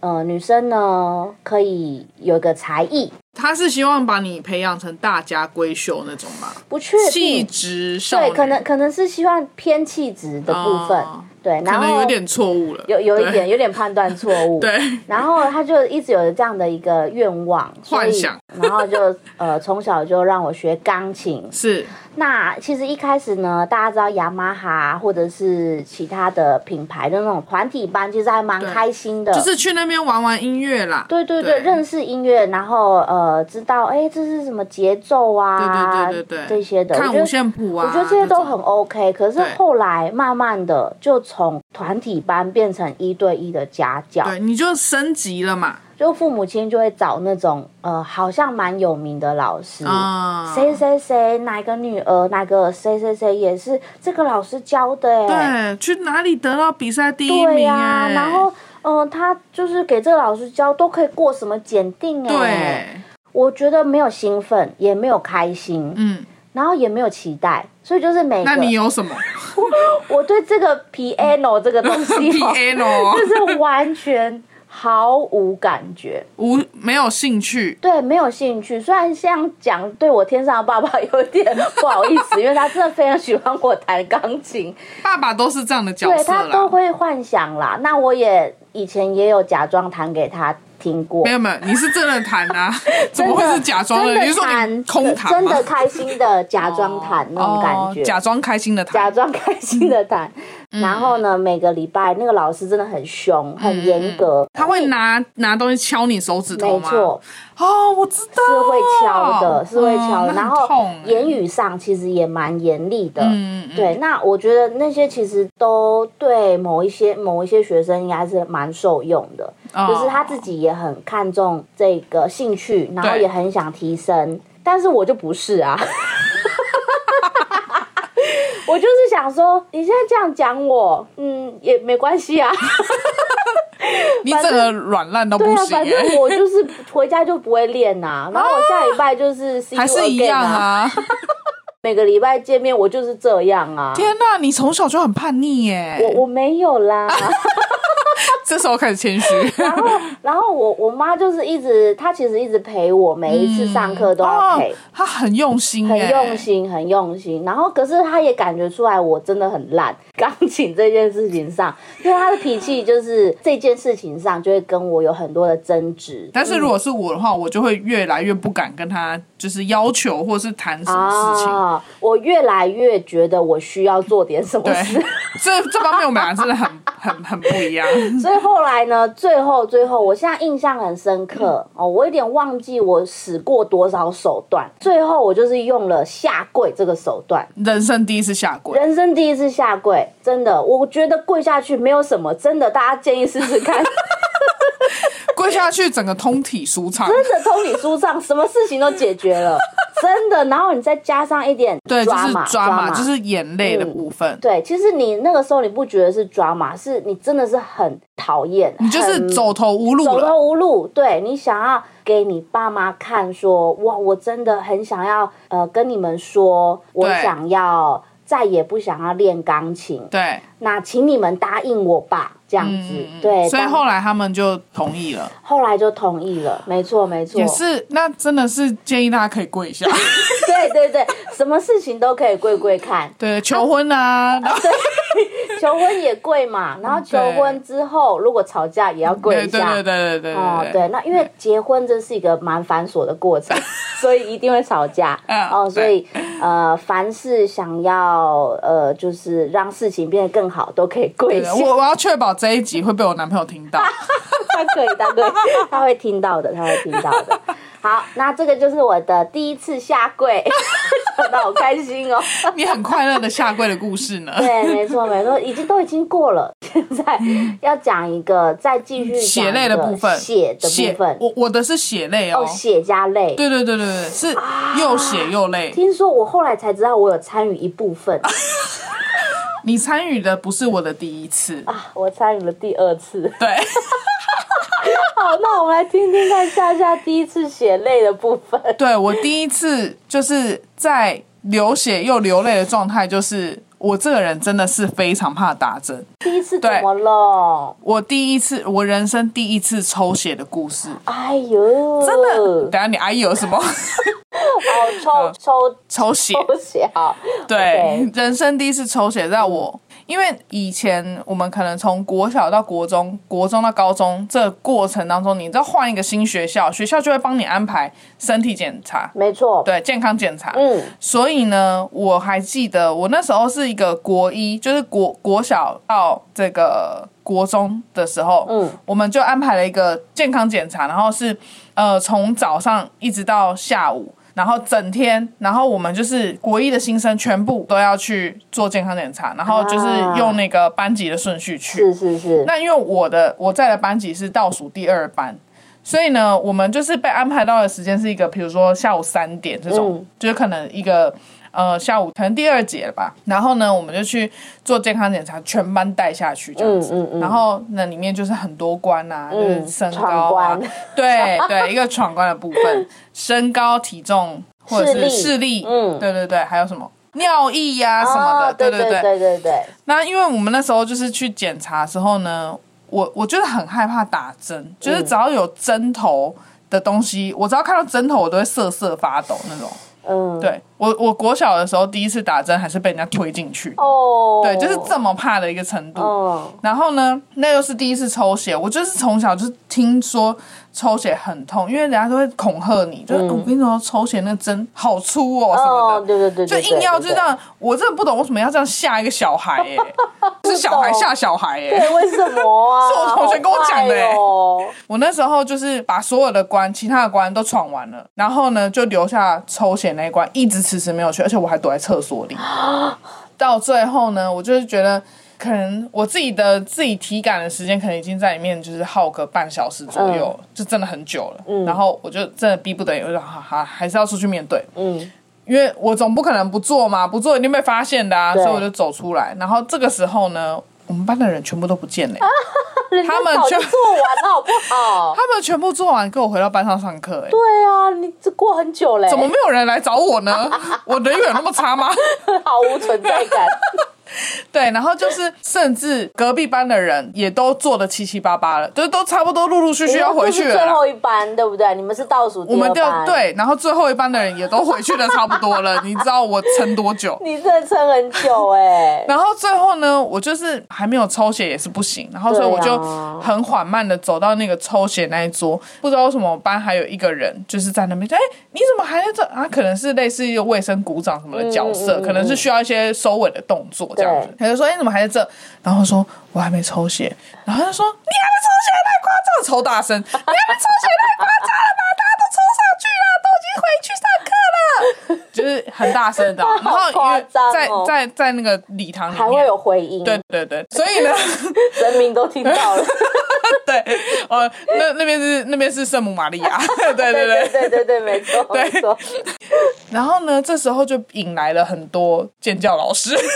Speaker 1: 呃，女生呢可以有个才艺，
Speaker 2: 他是希望把你培养成大家闺秀那种吧？
Speaker 1: 不确
Speaker 2: 气
Speaker 1: 定，
Speaker 2: 质少
Speaker 1: 对，
Speaker 2: 女，
Speaker 1: 可能可能是希望偏气质的部分，
Speaker 2: 哦
Speaker 1: 对，
Speaker 2: 可
Speaker 1: 然
Speaker 2: 能
Speaker 1: 后
Speaker 2: 有点错误了，
Speaker 1: 有有一
Speaker 2: 对
Speaker 1: 点有点判断错误，
Speaker 2: <laughs> 对，
Speaker 1: 然后他就一直有这样的一个愿望所以
Speaker 2: 幻想
Speaker 1: 然后就呃从小就让我学钢琴，
Speaker 2: 是
Speaker 1: 那其实一开始呢，大家知道雅马哈或者是其他的品牌的那种团体班，其实还蛮
Speaker 2: 对
Speaker 1: 开心的。
Speaker 2: 就是去那边玩玩音乐啦。
Speaker 1: 呃对对对，认识音乐，然后呃，知道哎，诶这是什么节奏啊，
Speaker 2: 对对对对对
Speaker 1: 这些的，
Speaker 2: 看
Speaker 1: 我觉
Speaker 2: 五
Speaker 1: 得。
Speaker 2: 线谱啊，
Speaker 1: 我觉得这些都
Speaker 2: 那
Speaker 1: 很
Speaker 2: 种
Speaker 1: OK，可是
Speaker 2: 对
Speaker 1: 后来慢慢的就从团体班变成一对一的家教，
Speaker 2: 对，你就升级了嘛
Speaker 1: 就父母亲就会找那种呃好像蛮有名的老师，
Speaker 2: 啊，
Speaker 1: 谁谁谁哪个女儿哪个谁谁谁也是这个老师教的哎、
Speaker 2: 对，去哪里得到比赛第一
Speaker 1: 对
Speaker 2: 名
Speaker 1: 呀、
Speaker 2: 哎，
Speaker 1: 然后嗯、呃他就是给这个老师教都可以过什么检定哎、
Speaker 2: 对，
Speaker 1: 我觉得没有兴奋，也没有开心，
Speaker 2: 嗯，
Speaker 1: 然后也没有期待，所以就是每个
Speaker 2: 那你有什么
Speaker 1: <laughs> 我对这个 piano 这个东
Speaker 2: <laughs>
Speaker 1: 西哦， <laughs> 就
Speaker 2: piano
Speaker 1: 是完全毫无感觉。
Speaker 2: 无没有兴趣？
Speaker 1: 对，没有兴趣。虽然这样讲对我天上的爸爸有点不好意思，因为他真的非常喜欢我弹钢琴，
Speaker 2: 爸爸都是这样的角
Speaker 1: 对
Speaker 2: 色
Speaker 1: 他都
Speaker 2: 啦。
Speaker 1: 会幻想啦。那我也以前也有假装弹给他听过
Speaker 2: 没，有没有，你是真的弹啊？怎
Speaker 1: <laughs> 真
Speaker 2: 么
Speaker 1: 的
Speaker 2: 会是假装
Speaker 1: 真
Speaker 2: 的？
Speaker 1: 的
Speaker 2: 你是说
Speaker 1: 弹
Speaker 2: 你空弹
Speaker 1: 真
Speaker 2: 吗
Speaker 1: 的开心的假装弹那种感觉，嗯
Speaker 2: 哦假嗯装开心的
Speaker 1: 假
Speaker 2: 弹，
Speaker 1: 装开心的弹。然后呢，每个礼拜那个老师真的很凶，很严格，
Speaker 2: 他会拿拿东西敲你手指头
Speaker 1: 没
Speaker 2: 吗？
Speaker 1: 错，
Speaker 2: 哦，我知道，
Speaker 1: 是会敲的，是会敲的。
Speaker 2: 嗯那很
Speaker 1: 然后
Speaker 2: 痛欸
Speaker 1: 言语上其实也蛮严厉的，
Speaker 2: 嗯嗯嗯
Speaker 1: 对。那我觉得那些其实都对某一些某一些学生应该是蛮受用的，
Speaker 2: 哦
Speaker 1: 就是他自己也很看重这个兴趣，然后
Speaker 2: 对
Speaker 1: 也很想提升。但是我就不是
Speaker 2: <laughs>
Speaker 1: 啊。我就是想说，你现在这样讲我，嗯，也没关系啊。
Speaker 2: 你整个软烂到
Speaker 1: 对
Speaker 2: <laughs> 不
Speaker 1: 啊，
Speaker 2: 行
Speaker 1: 反
Speaker 2: 欸，
Speaker 1: 正我就是回家就不会练呐、然后我下礼拜就是 see you
Speaker 2: <laughs> 还是一
Speaker 1: again
Speaker 2: 样
Speaker 1: 啊， <laughs>
Speaker 2: 啊！
Speaker 1: 每个礼拜见面我就是这样啊。
Speaker 2: <laughs> 天哪，你从小就很叛逆耶！
Speaker 1: 我我没有
Speaker 2: <laughs>
Speaker 1: 啦，
Speaker 2: 这时候开始谦虚，
Speaker 1: <laughs> 然后然后我我妈就是一直，她其实一直陪我，每一次上课都要
Speaker 2: 哦
Speaker 1: 陪，，
Speaker 2: 他很用心，
Speaker 1: 很用。心，很用心。然后可是她也感觉出来我真的很烂，钢琴这件事情上，因为她的脾气就是这件事情上就会跟我有很多的争执。
Speaker 2: 但是如果是我的话，我就会越来越不敢跟他就是要求或是谈什么事情。
Speaker 1: 啊，我越来越觉得我需要做点什么
Speaker 2: 对
Speaker 1: 事，
Speaker 2: 这这方面我们俩真的很 <laughs> 很很不一样。
Speaker 1: <laughs> 所以后来呢，最后最后，我现在印象很深刻、
Speaker 2: 嗯
Speaker 1: 哦，我有点忘记我使过多少手段，最后我就是用了下跪这个手段，
Speaker 2: 人生第一次下跪，
Speaker 1: 人生第一次下跪，真的，我觉得跪下去没有什么，真的，大家建议试试
Speaker 2: <laughs>
Speaker 1: 看，
Speaker 2: 跪下去整个通体舒畅。
Speaker 1: 真的通体舒畅，什么事情都解决
Speaker 2: <laughs>
Speaker 1: 了，真的，然后你再加上一点
Speaker 2: 对，就
Speaker 1: 抓
Speaker 2: 是
Speaker 1: 马，
Speaker 2: 抓
Speaker 1: 马，
Speaker 2: 马，就是眼泪的部分。
Speaker 1: 对，其实你那个时候你不觉得是抓马，是你真的是很讨厌，
Speaker 2: 你就是
Speaker 1: 很
Speaker 2: 走投无路
Speaker 1: 走
Speaker 2: 了，
Speaker 1: 投无路，对你想要给你爸妈看说，哇，我真的很想要，呃，跟你们说，我
Speaker 2: 对
Speaker 1: 想要再也不想要练钢琴，
Speaker 2: 对，
Speaker 1: 那请你们答应我吧，这样子，嗯对，
Speaker 2: 嗯所以
Speaker 1: 当
Speaker 2: 后来他们就同意了。
Speaker 1: 后来就同意了，没错没错
Speaker 2: 也，是，那真的是建议大家可以跪
Speaker 1: <laughs>
Speaker 2: 一下，
Speaker 1: 对对对，什么事情都可以跪跪
Speaker 2: <laughs>
Speaker 1: 看，
Speaker 2: 对，求婚啊，然后
Speaker 1: 求婚也跪嘛，然后求婚之后如果吵架也要 <laughs> 跪
Speaker 2: 对
Speaker 1: 一
Speaker 2: 对
Speaker 1: 下
Speaker 2: 对对。对对
Speaker 1: 哦，
Speaker 2: 对，
Speaker 1: 对，那因为结婚这是一个蛮繁琐的过
Speaker 2: <laughs>
Speaker 1: 程，所以一定会吵架。
Speaker 2: 嗯
Speaker 1: 哦，所以呃，凡是想要呃，就是让事情变得更好，都可以跪下。
Speaker 2: 我我要确保这一集会被我男朋友听
Speaker 1: <laughs>
Speaker 2: 到。
Speaker 1: 他可以，他可以，他会听到的，他会听到
Speaker 2: <laughs>
Speaker 1: 的。好，那这个就是我的第一次下
Speaker 2: <laughs>
Speaker 1: 跪，想到好开心哦。
Speaker 2: 你很快乐的下跪的故事呢？
Speaker 1: 对，没错，没错，已经都已经过了。现在要讲一个，再继续讲
Speaker 2: 嗯血泪
Speaker 1: 一
Speaker 2: 的
Speaker 1: 个
Speaker 2: 部分，
Speaker 1: 血的部分，
Speaker 2: 我我的是血泪哦
Speaker 1: 哦，血啊加泪。
Speaker 2: 对对对对对，是又血又泪。
Speaker 1: 听说我后来才知道我有参与一部分
Speaker 2: 你参与的不是我的第一次，
Speaker 1: 啊，我参与了第二次。
Speaker 2: 对，
Speaker 1: 好，那我们来听听看夏夏第一次血泪的部分。
Speaker 2: 对我第一次就是在流血又流泪的状态，就是我这个人真的是非常怕打针。
Speaker 1: 第一次怎
Speaker 2: 对
Speaker 1: 么了？
Speaker 2: 我第一次，我人生第一次抽血的故事，
Speaker 1: 哎呦，
Speaker 2: 真的。等一下你阿姨有什么
Speaker 1: 好抽抽 <laughs>
Speaker 2: 抽血？
Speaker 1: 抽血好，
Speaker 2: 对
Speaker 1: OK，
Speaker 2: 人生第一次抽血，在我因为以前我们可能从国小到国中，国中到高中这个过程当中，你再换一个新学校，学校就会帮你安排身体检查，
Speaker 1: 没错，
Speaker 2: 对健康检查。
Speaker 1: 嗯，
Speaker 2: 所以呢，我还记得我那时候是一个国一，就是国国小到这个国中的时候，
Speaker 1: 嗯，
Speaker 2: 我们就安排了一个健康检查，然后是呃从早上一直到下午。然后整天，然后我们就是国一的新生全部都要去做健康检查，然后就是
Speaker 1: 啊
Speaker 2: 用那个班级的顺序去。
Speaker 1: 是是是，
Speaker 2: 那因为我的我在的班级是倒数第二班，所以呢，我们就是被安排到的时间是一个，比如说下午三点这种，
Speaker 1: 嗯
Speaker 2: 就是可能一个呃下午可能第二节吧。然后呢，我们就去做健康检查，全班带下去这样子。
Speaker 1: 嗯嗯嗯
Speaker 2: 然后那里面就是很多关啊，
Speaker 1: 嗯
Speaker 2: 就是身高啊
Speaker 1: 闯关，
Speaker 2: 对对，一个闯关的部
Speaker 1: <laughs>
Speaker 2: 分，身高、体重或者
Speaker 1: 视力
Speaker 2: 是视力，
Speaker 1: 嗯
Speaker 2: 对对对，还有什么尿液呀、什么的，
Speaker 1: 哦，对
Speaker 2: 对
Speaker 1: 对对对对，
Speaker 2: 那因为我们那时候就是去检查的时候呢，我我就是很害怕打针，就是只要有针头的东西，我只要看到针头，我都会瑟瑟发抖那种。
Speaker 1: 嗯，
Speaker 2: 对我，我国小的时候第一次打针还是被人家推进去，
Speaker 1: 哦，
Speaker 2: 对，就是这么怕的一个程度。
Speaker 1: 嗯，
Speaker 2: 然后呢，那又是第一次抽血，我就是从小就是听说抽血很痛，因为人家都会恐吓你，就是、哦我跟你说抽血那针好粗哦什么的，
Speaker 1: 哦，对对对，
Speaker 2: 就
Speaker 1: 对
Speaker 2: 硬要就这。
Speaker 1: 对对
Speaker 2: 样，我真的不懂为什么要这样吓一个小孩耶、是小孩吓小
Speaker 1: <laughs>
Speaker 2: 孩耶、
Speaker 1: 对，为什么
Speaker 2: <laughs>
Speaker 1: 啊？
Speaker 2: 是我同学跟我讲的欸
Speaker 1: 好坏哦
Speaker 2: 我那时候就是把所有的关，其他的关都闯完了，然后呢就留下抽血那一关，一直迟迟没有去，而且我还躲在厕所里。到最后呢，我就是觉得。可能我自己的自己体感的时间，可能已经在里面就是耗个半小时左右，就真的很久了。然后我就真的逼不得已，我就说哈哈，还是要出去面对。
Speaker 1: 嗯，
Speaker 2: 因为我总不可能不做嘛，不做一定被发现的啊，
Speaker 1: 对
Speaker 2: 所以我就走出来。然后这个时候呢，我们班的人全部都不见了、
Speaker 1: 啊人家
Speaker 2: 他们
Speaker 1: 早就
Speaker 2: 就
Speaker 1: 做完了，好不好？
Speaker 2: 他们全部做完，跟我回到班上上课、
Speaker 1: <laughs>
Speaker 2: 欸，
Speaker 1: 对啊，你这过很久 <laughs> 嘞，
Speaker 2: <laughs> 怎么没有人来找我呢？我人缘有那么差吗？
Speaker 1: 毫无存在感？
Speaker 2: <laughs> 对，然后就是甚至隔壁班的人也都做的七七八八了，就是都差不多陆陆续续要回去
Speaker 1: 哎这
Speaker 2: 了
Speaker 1: 是最
Speaker 2: 啦。
Speaker 1: 后一班，对不对？你们是倒数第
Speaker 2: 我
Speaker 1: 二
Speaker 2: 们就
Speaker 1: 班，，
Speaker 2: 对，然后最后一班的人也都回去的差不多了，你知道我撑多久？
Speaker 1: 你真的撑很
Speaker 2: <laughs>
Speaker 1: 久哎、
Speaker 2: 然后最后呢，我就是还没有抽血也是不行，然后所以我
Speaker 1: 对啊
Speaker 2: 就很缓慢的走到那个抽血那一桌，不知道为什么我班还有一个人就是在那边说，哎，你怎么还在这？啊，可能是类似一个卫生鼓掌什么的角色，
Speaker 1: 嗯嗯嗯
Speaker 2: 可能是需要一些收尾的动作这样子
Speaker 1: 对。
Speaker 2: 他就说，哎，你怎么还在这？然后我说我还没抽血，然后他就说你还没抽血，太夸张了，抽
Speaker 1: <laughs>
Speaker 2: 大声，你还没抽血，太夸张了吧？大家
Speaker 1: <laughs>
Speaker 2: 都抽上去了，都已经回去上课了，就是很大声的。啊然后因
Speaker 1: 好
Speaker 2: 为在
Speaker 1: 夸张哦
Speaker 2: 在在那个礼堂里面
Speaker 1: 还会有回音，
Speaker 2: 对对对，所以呢， <laughs>
Speaker 1: 人民都听到了。
Speaker 2: 对，呃，那那边是那边是圣母玛
Speaker 1: <laughs>
Speaker 2: 利亚，对对对
Speaker 1: 对对对对，没错
Speaker 2: 对
Speaker 1: 没错。
Speaker 2: <laughs> 然后呢，这时候就引来了很多健教老师、 <laughs>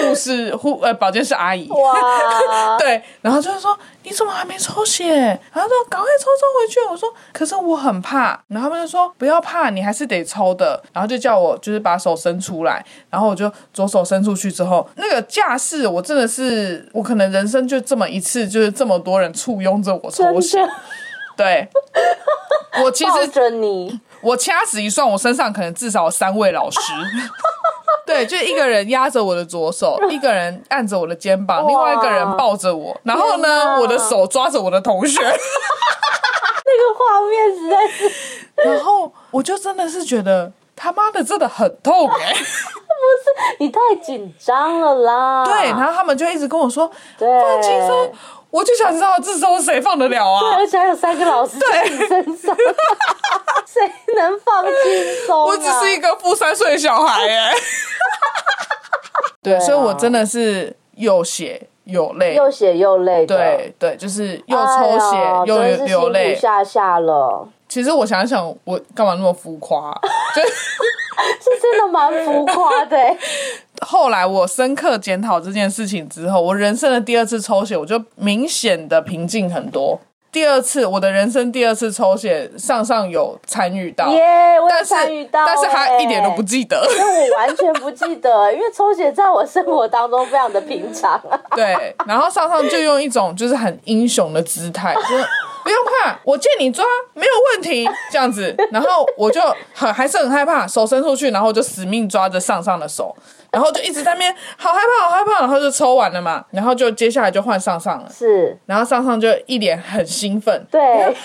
Speaker 2: 护士、护呃保健室阿姨。 <laughs>
Speaker 1: 哇，
Speaker 2: 对，然后就是说你怎么还没抽血？然后说赶快抽抽回去。我说可是我很怕，然后他们就说不要怕，你还是得抽的。然后就叫我就是把手伸出来，然后我就左手伸出去之后，那个架势我真的是我可能人生就这么一次，就是这么多人簇拥着我抽血
Speaker 1: 真，的
Speaker 2: 对。我
Speaker 1: <laughs>
Speaker 2: 其
Speaker 1: 抱
Speaker 2: 实
Speaker 1: 着你，
Speaker 2: 我掐指一算，我身上可能至少有三位 <laughs> 老师。对，就一个人压着我的左 <laughs> 手，一个人按着我的肩膀，
Speaker 1: 哇
Speaker 2: 另外一个人抱着我，然后
Speaker 1: 天
Speaker 2: 呢，
Speaker 1: 哪
Speaker 2: 我的手抓着我的同学，
Speaker 1: 那个画面实在是
Speaker 2: <laughs> 然后我就真的是觉得他妈的真的很痛 <laughs> 哎、
Speaker 1: 你太紧张了啦。
Speaker 2: 对，然后他们就一直跟我说
Speaker 1: 对
Speaker 2: 放轻松，我就想知道这时候谁放得了
Speaker 1: 对，
Speaker 2: 啊？
Speaker 1: 而且还有三个老师在你身上，谁能放轻松、啊？
Speaker 2: 我只是一个负三岁的小孩 <laughs> 哎、对，
Speaker 1: 啊
Speaker 2: 所以我真的是又血又泪，
Speaker 1: 又血又泪的，
Speaker 2: 对对，就是又
Speaker 1: 啊哎
Speaker 2: 抽
Speaker 1: 呦
Speaker 2: 血、又
Speaker 1: 真是辛
Speaker 2: 流
Speaker 1: 苦
Speaker 2: 泪。
Speaker 1: 下下了，
Speaker 2: 其实我想想，我干嘛那么浮夸、 <laughs> 就是
Speaker 1: 真的蛮浮夸的、
Speaker 2: <laughs>
Speaker 1: 欸。
Speaker 2: 后来我深刻检讨这件事情之后，我人生的第二次抽血，我就明显的平静很多。第二次，我的人生第二次抽血，上上有参与到，
Speaker 1: 耶、我有
Speaker 2: 但是
Speaker 1: 参与到、
Speaker 2: 但是他一点都不
Speaker 1: 记，
Speaker 2: 记得。
Speaker 1: 因为我完全不记得、因为抽血在我生活当中非常的平常啊。
Speaker 2: 对，然后上上就用一种就是很英雄的姿态，就是不用怕，我借你抓没有问题这样子。然后我就很还是很害怕，手伸出去，然后我就死命抓着上上的手，然后就一直在那边好害怕，好害怕，然后就抽完了嘛，然后就接下来就换上上了。
Speaker 1: 是，
Speaker 2: 然后上上就一脸很兴奋，
Speaker 1: 对，
Speaker 2: 换我了吗？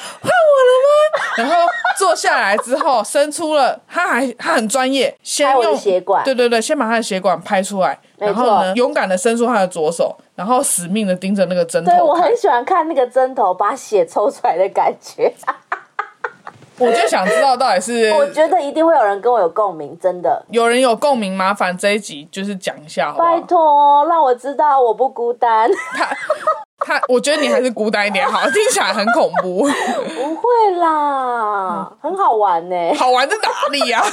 Speaker 2: 然 <laughs> 后坐下来之后，伸出了，他还他很专业，先
Speaker 1: 拍我的
Speaker 2: 用
Speaker 1: 血管
Speaker 2: 对对对，先把他的血管拍出来，
Speaker 1: 没
Speaker 2: 然
Speaker 1: 错
Speaker 2: 后呢，勇敢的伸出他的左手，然后死命的盯着那个针头
Speaker 1: 对
Speaker 2: 看。
Speaker 1: 我很喜欢看那个针头把血抽出来的感觉，
Speaker 2: <laughs> 嗯我就想知道到底是
Speaker 1: <laughs> 我觉得一定会有人跟我有共鸣，真的。
Speaker 2: 有人有共鸣，麻烦这一集就是讲一下好不 <laughs>
Speaker 1: 拜
Speaker 2: 好？
Speaker 1: 托哦，让我知道我不孤
Speaker 2: <laughs>
Speaker 1: 单。
Speaker 2: 他他，我觉得你还是孤单一点好，听起来很恐
Speaker 1: <laughs>
Speaker 2: 怖，
Speaker 1: 不会啦，很好玩呢、
Speaker 2: 好玩在哪
Speaker 1: <laughs>
Speaker 2: 里呀、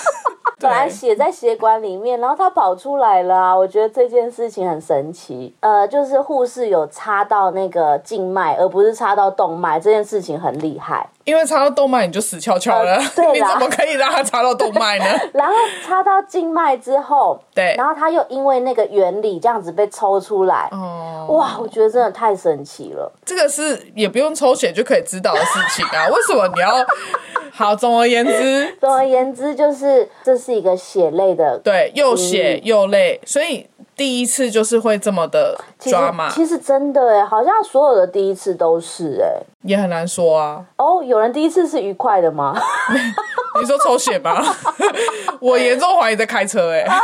Speaker 1: 本来
Speaker 2: 嗯啊对
Speaker 1: 血在血管里面，然后它跑出来了、啊，我觉得这件事情很神奇。呃，就是护士有插到那个静脉，而不是插到动脉，这件事情很厉害。
Speaker 2: 因为插到动脉你就死翘翘了，
Speaker 1: 呃对
Speaker 2: <laughs> 你
Speaker 1: 啦
Speaker 2: 怎么可以让他插到动脉
Speaker 1: <laughs>
Speaker 2: 呢？
Speaker 1: 然后插到静脉之后，
Speaker 2: 对
Speaker 1: 然后它又因为那个原理这样子被抽出来，
Speaker 2: 哦，
Speaker 1: 哇，我觉得真的太神奇了。
Speaker 2: 这个是也不用抽血就可以知道的事情啊， <laughs> 为什么你要？好，总而言
Speaker 1: <laughs>
Speaker 2: 之，
Speaker 1: 总而言之，就是这是一个血泪的。
Speaker 2: 对，又血又累，所以第一次就是会这么的
Speaker 1: 其实
Speaker 2: 抓嘛，
Speaker 1: 其实真的哎，好像所有的第一次都是哎。
Speaker 2: 也很难说啊。
Speaker 1: 哦，有人第一次是愉快的吗？ <laughs>
Speaker 2: 你说抽血吗？ <laughs> 我严重怀疑在开车、欸， <laughs> 哎，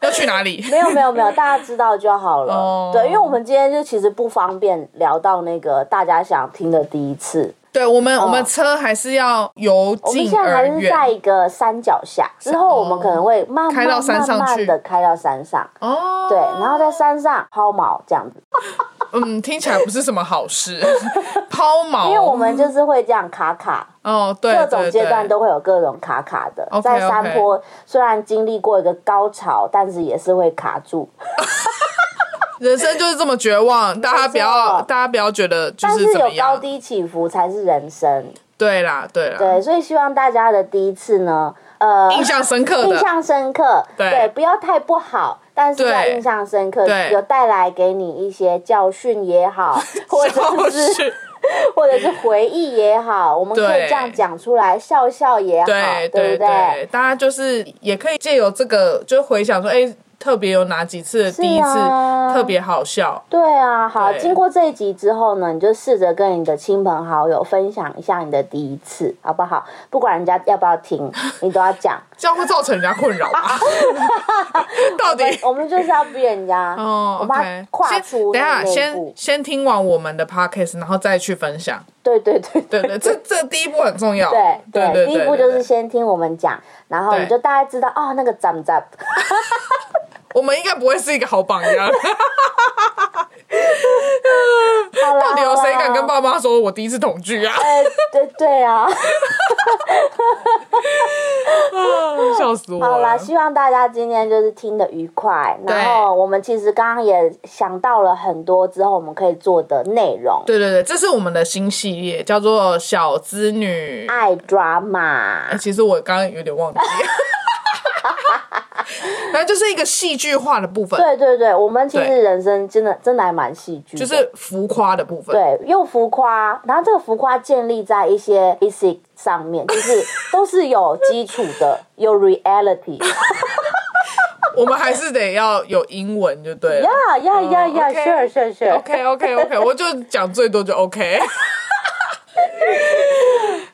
Speaker 2: 要去哪里？
Speaker 1: 没有没有没有，大家知道就好了。
Speaker 2: 哦
Speaker 1: 对，因为我们今天就其实不方便聊到那个大家想听的第一次，
Speaker 2: 对我们，我们车还是要由
Speaker 1: 哦我们
Speaker 2: 近
Speaker 1: 现在
Speaker 2: 而
Speaker 1: 还是
Speaker 2: 远
Speaker 1: 在一个山脚下，之后我们可能会慢慢
Speaker 2: 开到山上去
Speaker 1: 慢慢的开到山上，
Speaker 2: 哦。
Speaker 1: 对，然后在山上抛锚这样子，
Speaker 2: 嗯，听起来不是什么好事， <laughs> 抛锚。
Speaker 1: 因为我们就是会这样卡卡，
Speaker 2: 哦，对，
Speaker 1: 各种
Speaker 2: 对
Speaker 1: 阶段
Speaker 2: 对
Speaker 1: 都会有各种卡卡的，
Speaker 2: OK，
Speaker 1: 在山坡虽然经历过一个高潮，但是也是会卡住，
Speaker 2: 人生就是这么绝望，大家不要，
Speaker 1: 错
Speaker 2: 大家不要觉得就
Speaker 1: 但
Speaker 2: 是
Speaker 1: 是
Speaker 2: 怎么
Speaker 1: 有高
Speaker 2: 样，
Speaker 1: 低起伏才是人生，
Speaker 2: 对啦，对啦，
Speaker 1: 对，所以希望大家的第一次呢，呃，
Speaker 2: 啊印象深刻
Speaker 1: 印
Speaker 2: 的，
Speaker 1: 象深刻，
Speaker 2: 对
Speaker 1: 不要太不好，但是要
Speaker 2: 对
Speaker 1: 印象深刻，
Speaker 2: 对
Speaker 1: 有带来给你一些教训也
Speaker 2: <laughs>
Speaker 1: 好，或者是
Speaker 2: 是
Speaker 1: 或者是回忆也好，我们可以
Speaker 2: 对
Speaker 1: 这样讲出来，笑笑也好，
Speaker 2: 对
Speaker 1: 不
Speaker 2: 对，大家就是也可以借由这个，就回想说，哎，特别有哪几次的第一次
Speaker 1: 是啊
Speaker 2: 特别好笑，
Speaker 1: 对啊，好，
Speaker 2: 对
Speaker 1: 经过这一集之后呢，你就试着跟你的亲朋好友分享一下你的第一次，好不好？不管人家要不要听，你都要讲。
Speaker 2: 这样会造成人家困扰
Speaker 1: <laughs>
Speaker 2: 吧？到底？
Speaker 1: 我们就是要逼人家，
Speaker 2: 哦
Speaker 1: 我们要
Speaker 2: ，OK，
Speaker 1: 跨
Speaker 2: 先
Speaker 1: 出
Speaker 2: 等一
Speaker 1: 那
Speaker 2: 下，
Speaker 1: 一步
Speaker 2: 先。先听完我们的 podcast，然后再去分享。
Speaker 1: 对对对
Speaker 2: 对
Speaker 1: <laughs>
Speaker 2: 对，这这第一步很重要。
Speaker 1: 对
Speaker 2: 对对，
Speaker 1: 第一步就是
Speaker 2: 对
Speaker 1: 先听我们讲，然后
Speaker 2: 对
Speaker 1: 你就大概知道哦，那个怎么怎么，
Speaker 2: 我们应该不会是一个好榜样。
Speaker 1: 好啦
Speaker 2: 到底有谁敢
Speaker 1: 好
Speaker 2: 跟？
Speaker 1: 啦啊
Speaker 2: 爸妈说我第一次同
Speaker 1: <laughs>
Speaker 2: 居啊？
Speaker 1: 呃，对对
Speaker 2: <laughs>
Speaker 1: 啊，
Speaker 2: 笑死我
Speaker 1: 好啦，
Speaker 2: 了！
Speaker 1: 希望大家今天就是听得愉快，
Speaker 2: 对
Speaker 1: 然后我们其实刚刚也想到了很多之后我们可以做的内容，
Speaker 2: 对对对，这是我们的新系列，叫做《小资女》
Speaker 1: 爱 drama，
Speaker 2: 哎其实我刚刚有点
Speaker 1: <laughs>
Speaker 2: 忘记，然后就是一个戏剧化的部分，
Speaker 1: 对对对，我们其实
Speaker 2: 对
Speaker 1: 人生真的真的还蛮戏剧的，
Speaker 2: 就是浮夸的部分。
Speaker 1: 对，又浮夸，然后这个浮夸建立在一些 basic 上面，就是
Speaker 2: <laughs>
Speaker 1: 都是有基础的，有 reality。
Speaker 2: 我们还是得要有英文，就对了。嗯
Speaker 1: 呀呀呀呀
Speaker 2: ，OK
Speaker 1: ，sure sure sure。
Speaker 2: OK OK OK，我就讲最多就 OK。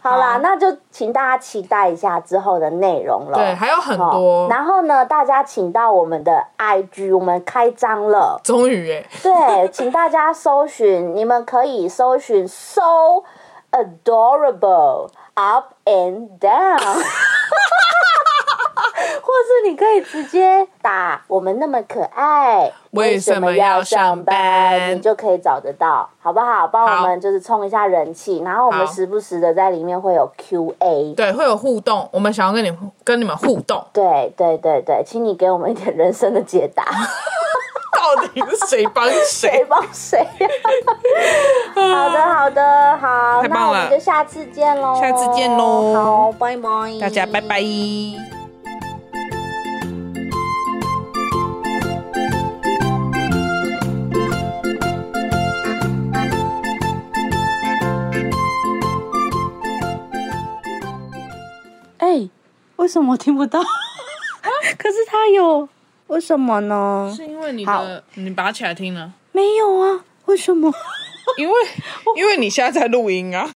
Speaker 1: 好
Speaker 2: 啊
Speaker 1: 啦，那就请大家期待一下之后的内容了。
Speaker 2: 对，还有很
Speaker 1: 哦
Speaker 2: 多，。
Speaker 1: 然后呢，大家请到我们的 IG，我们开张了
Speaker 2: 终于哎，
Speaker 1: 对，请大家搜寻，你们可以搜寻 “so adorable up and down”，或是你可以直接打“我们那么可爱”，
Speaker 2: 为什么要上班
Speaker 1: 你就可以找得到，好不好？帮我们就是冲一下人气，然后我们
Speaker 2: 好
Speaker 1: 时不时的在里面会有 Q&A。
Speaker 2: 对，会有互动，我们想要跟你互跟你们互动，
Speaker 1: 对对对对，请你给我们一点人生的解答。
Speaker 2: 到底是谁帮
Speaker 1: 谁
Speaker 2: 谁？
Speaker 1: 帮谁
Speaker 2: <laughs>
Speaker 1: 呀？好的，好的，好，
Speaker 2: 太棒了
Speaker 1: 那我们就下次见喽，
Speaker 2: 下次见喽
Speaker 1: 好，拜拜，
Speaker 2: 大家拜拜。
Speaker 1: 哎、为什么我听不到？ <laughs> 可是他有，为什么呢？
Speaker 2: 是因为你
Speaker 1: 好
Speaker 2: 的你拔起来听了，
Speaker 1: 没有啊，为什么？
Speaker 2: 因为因为你现在在录音啊。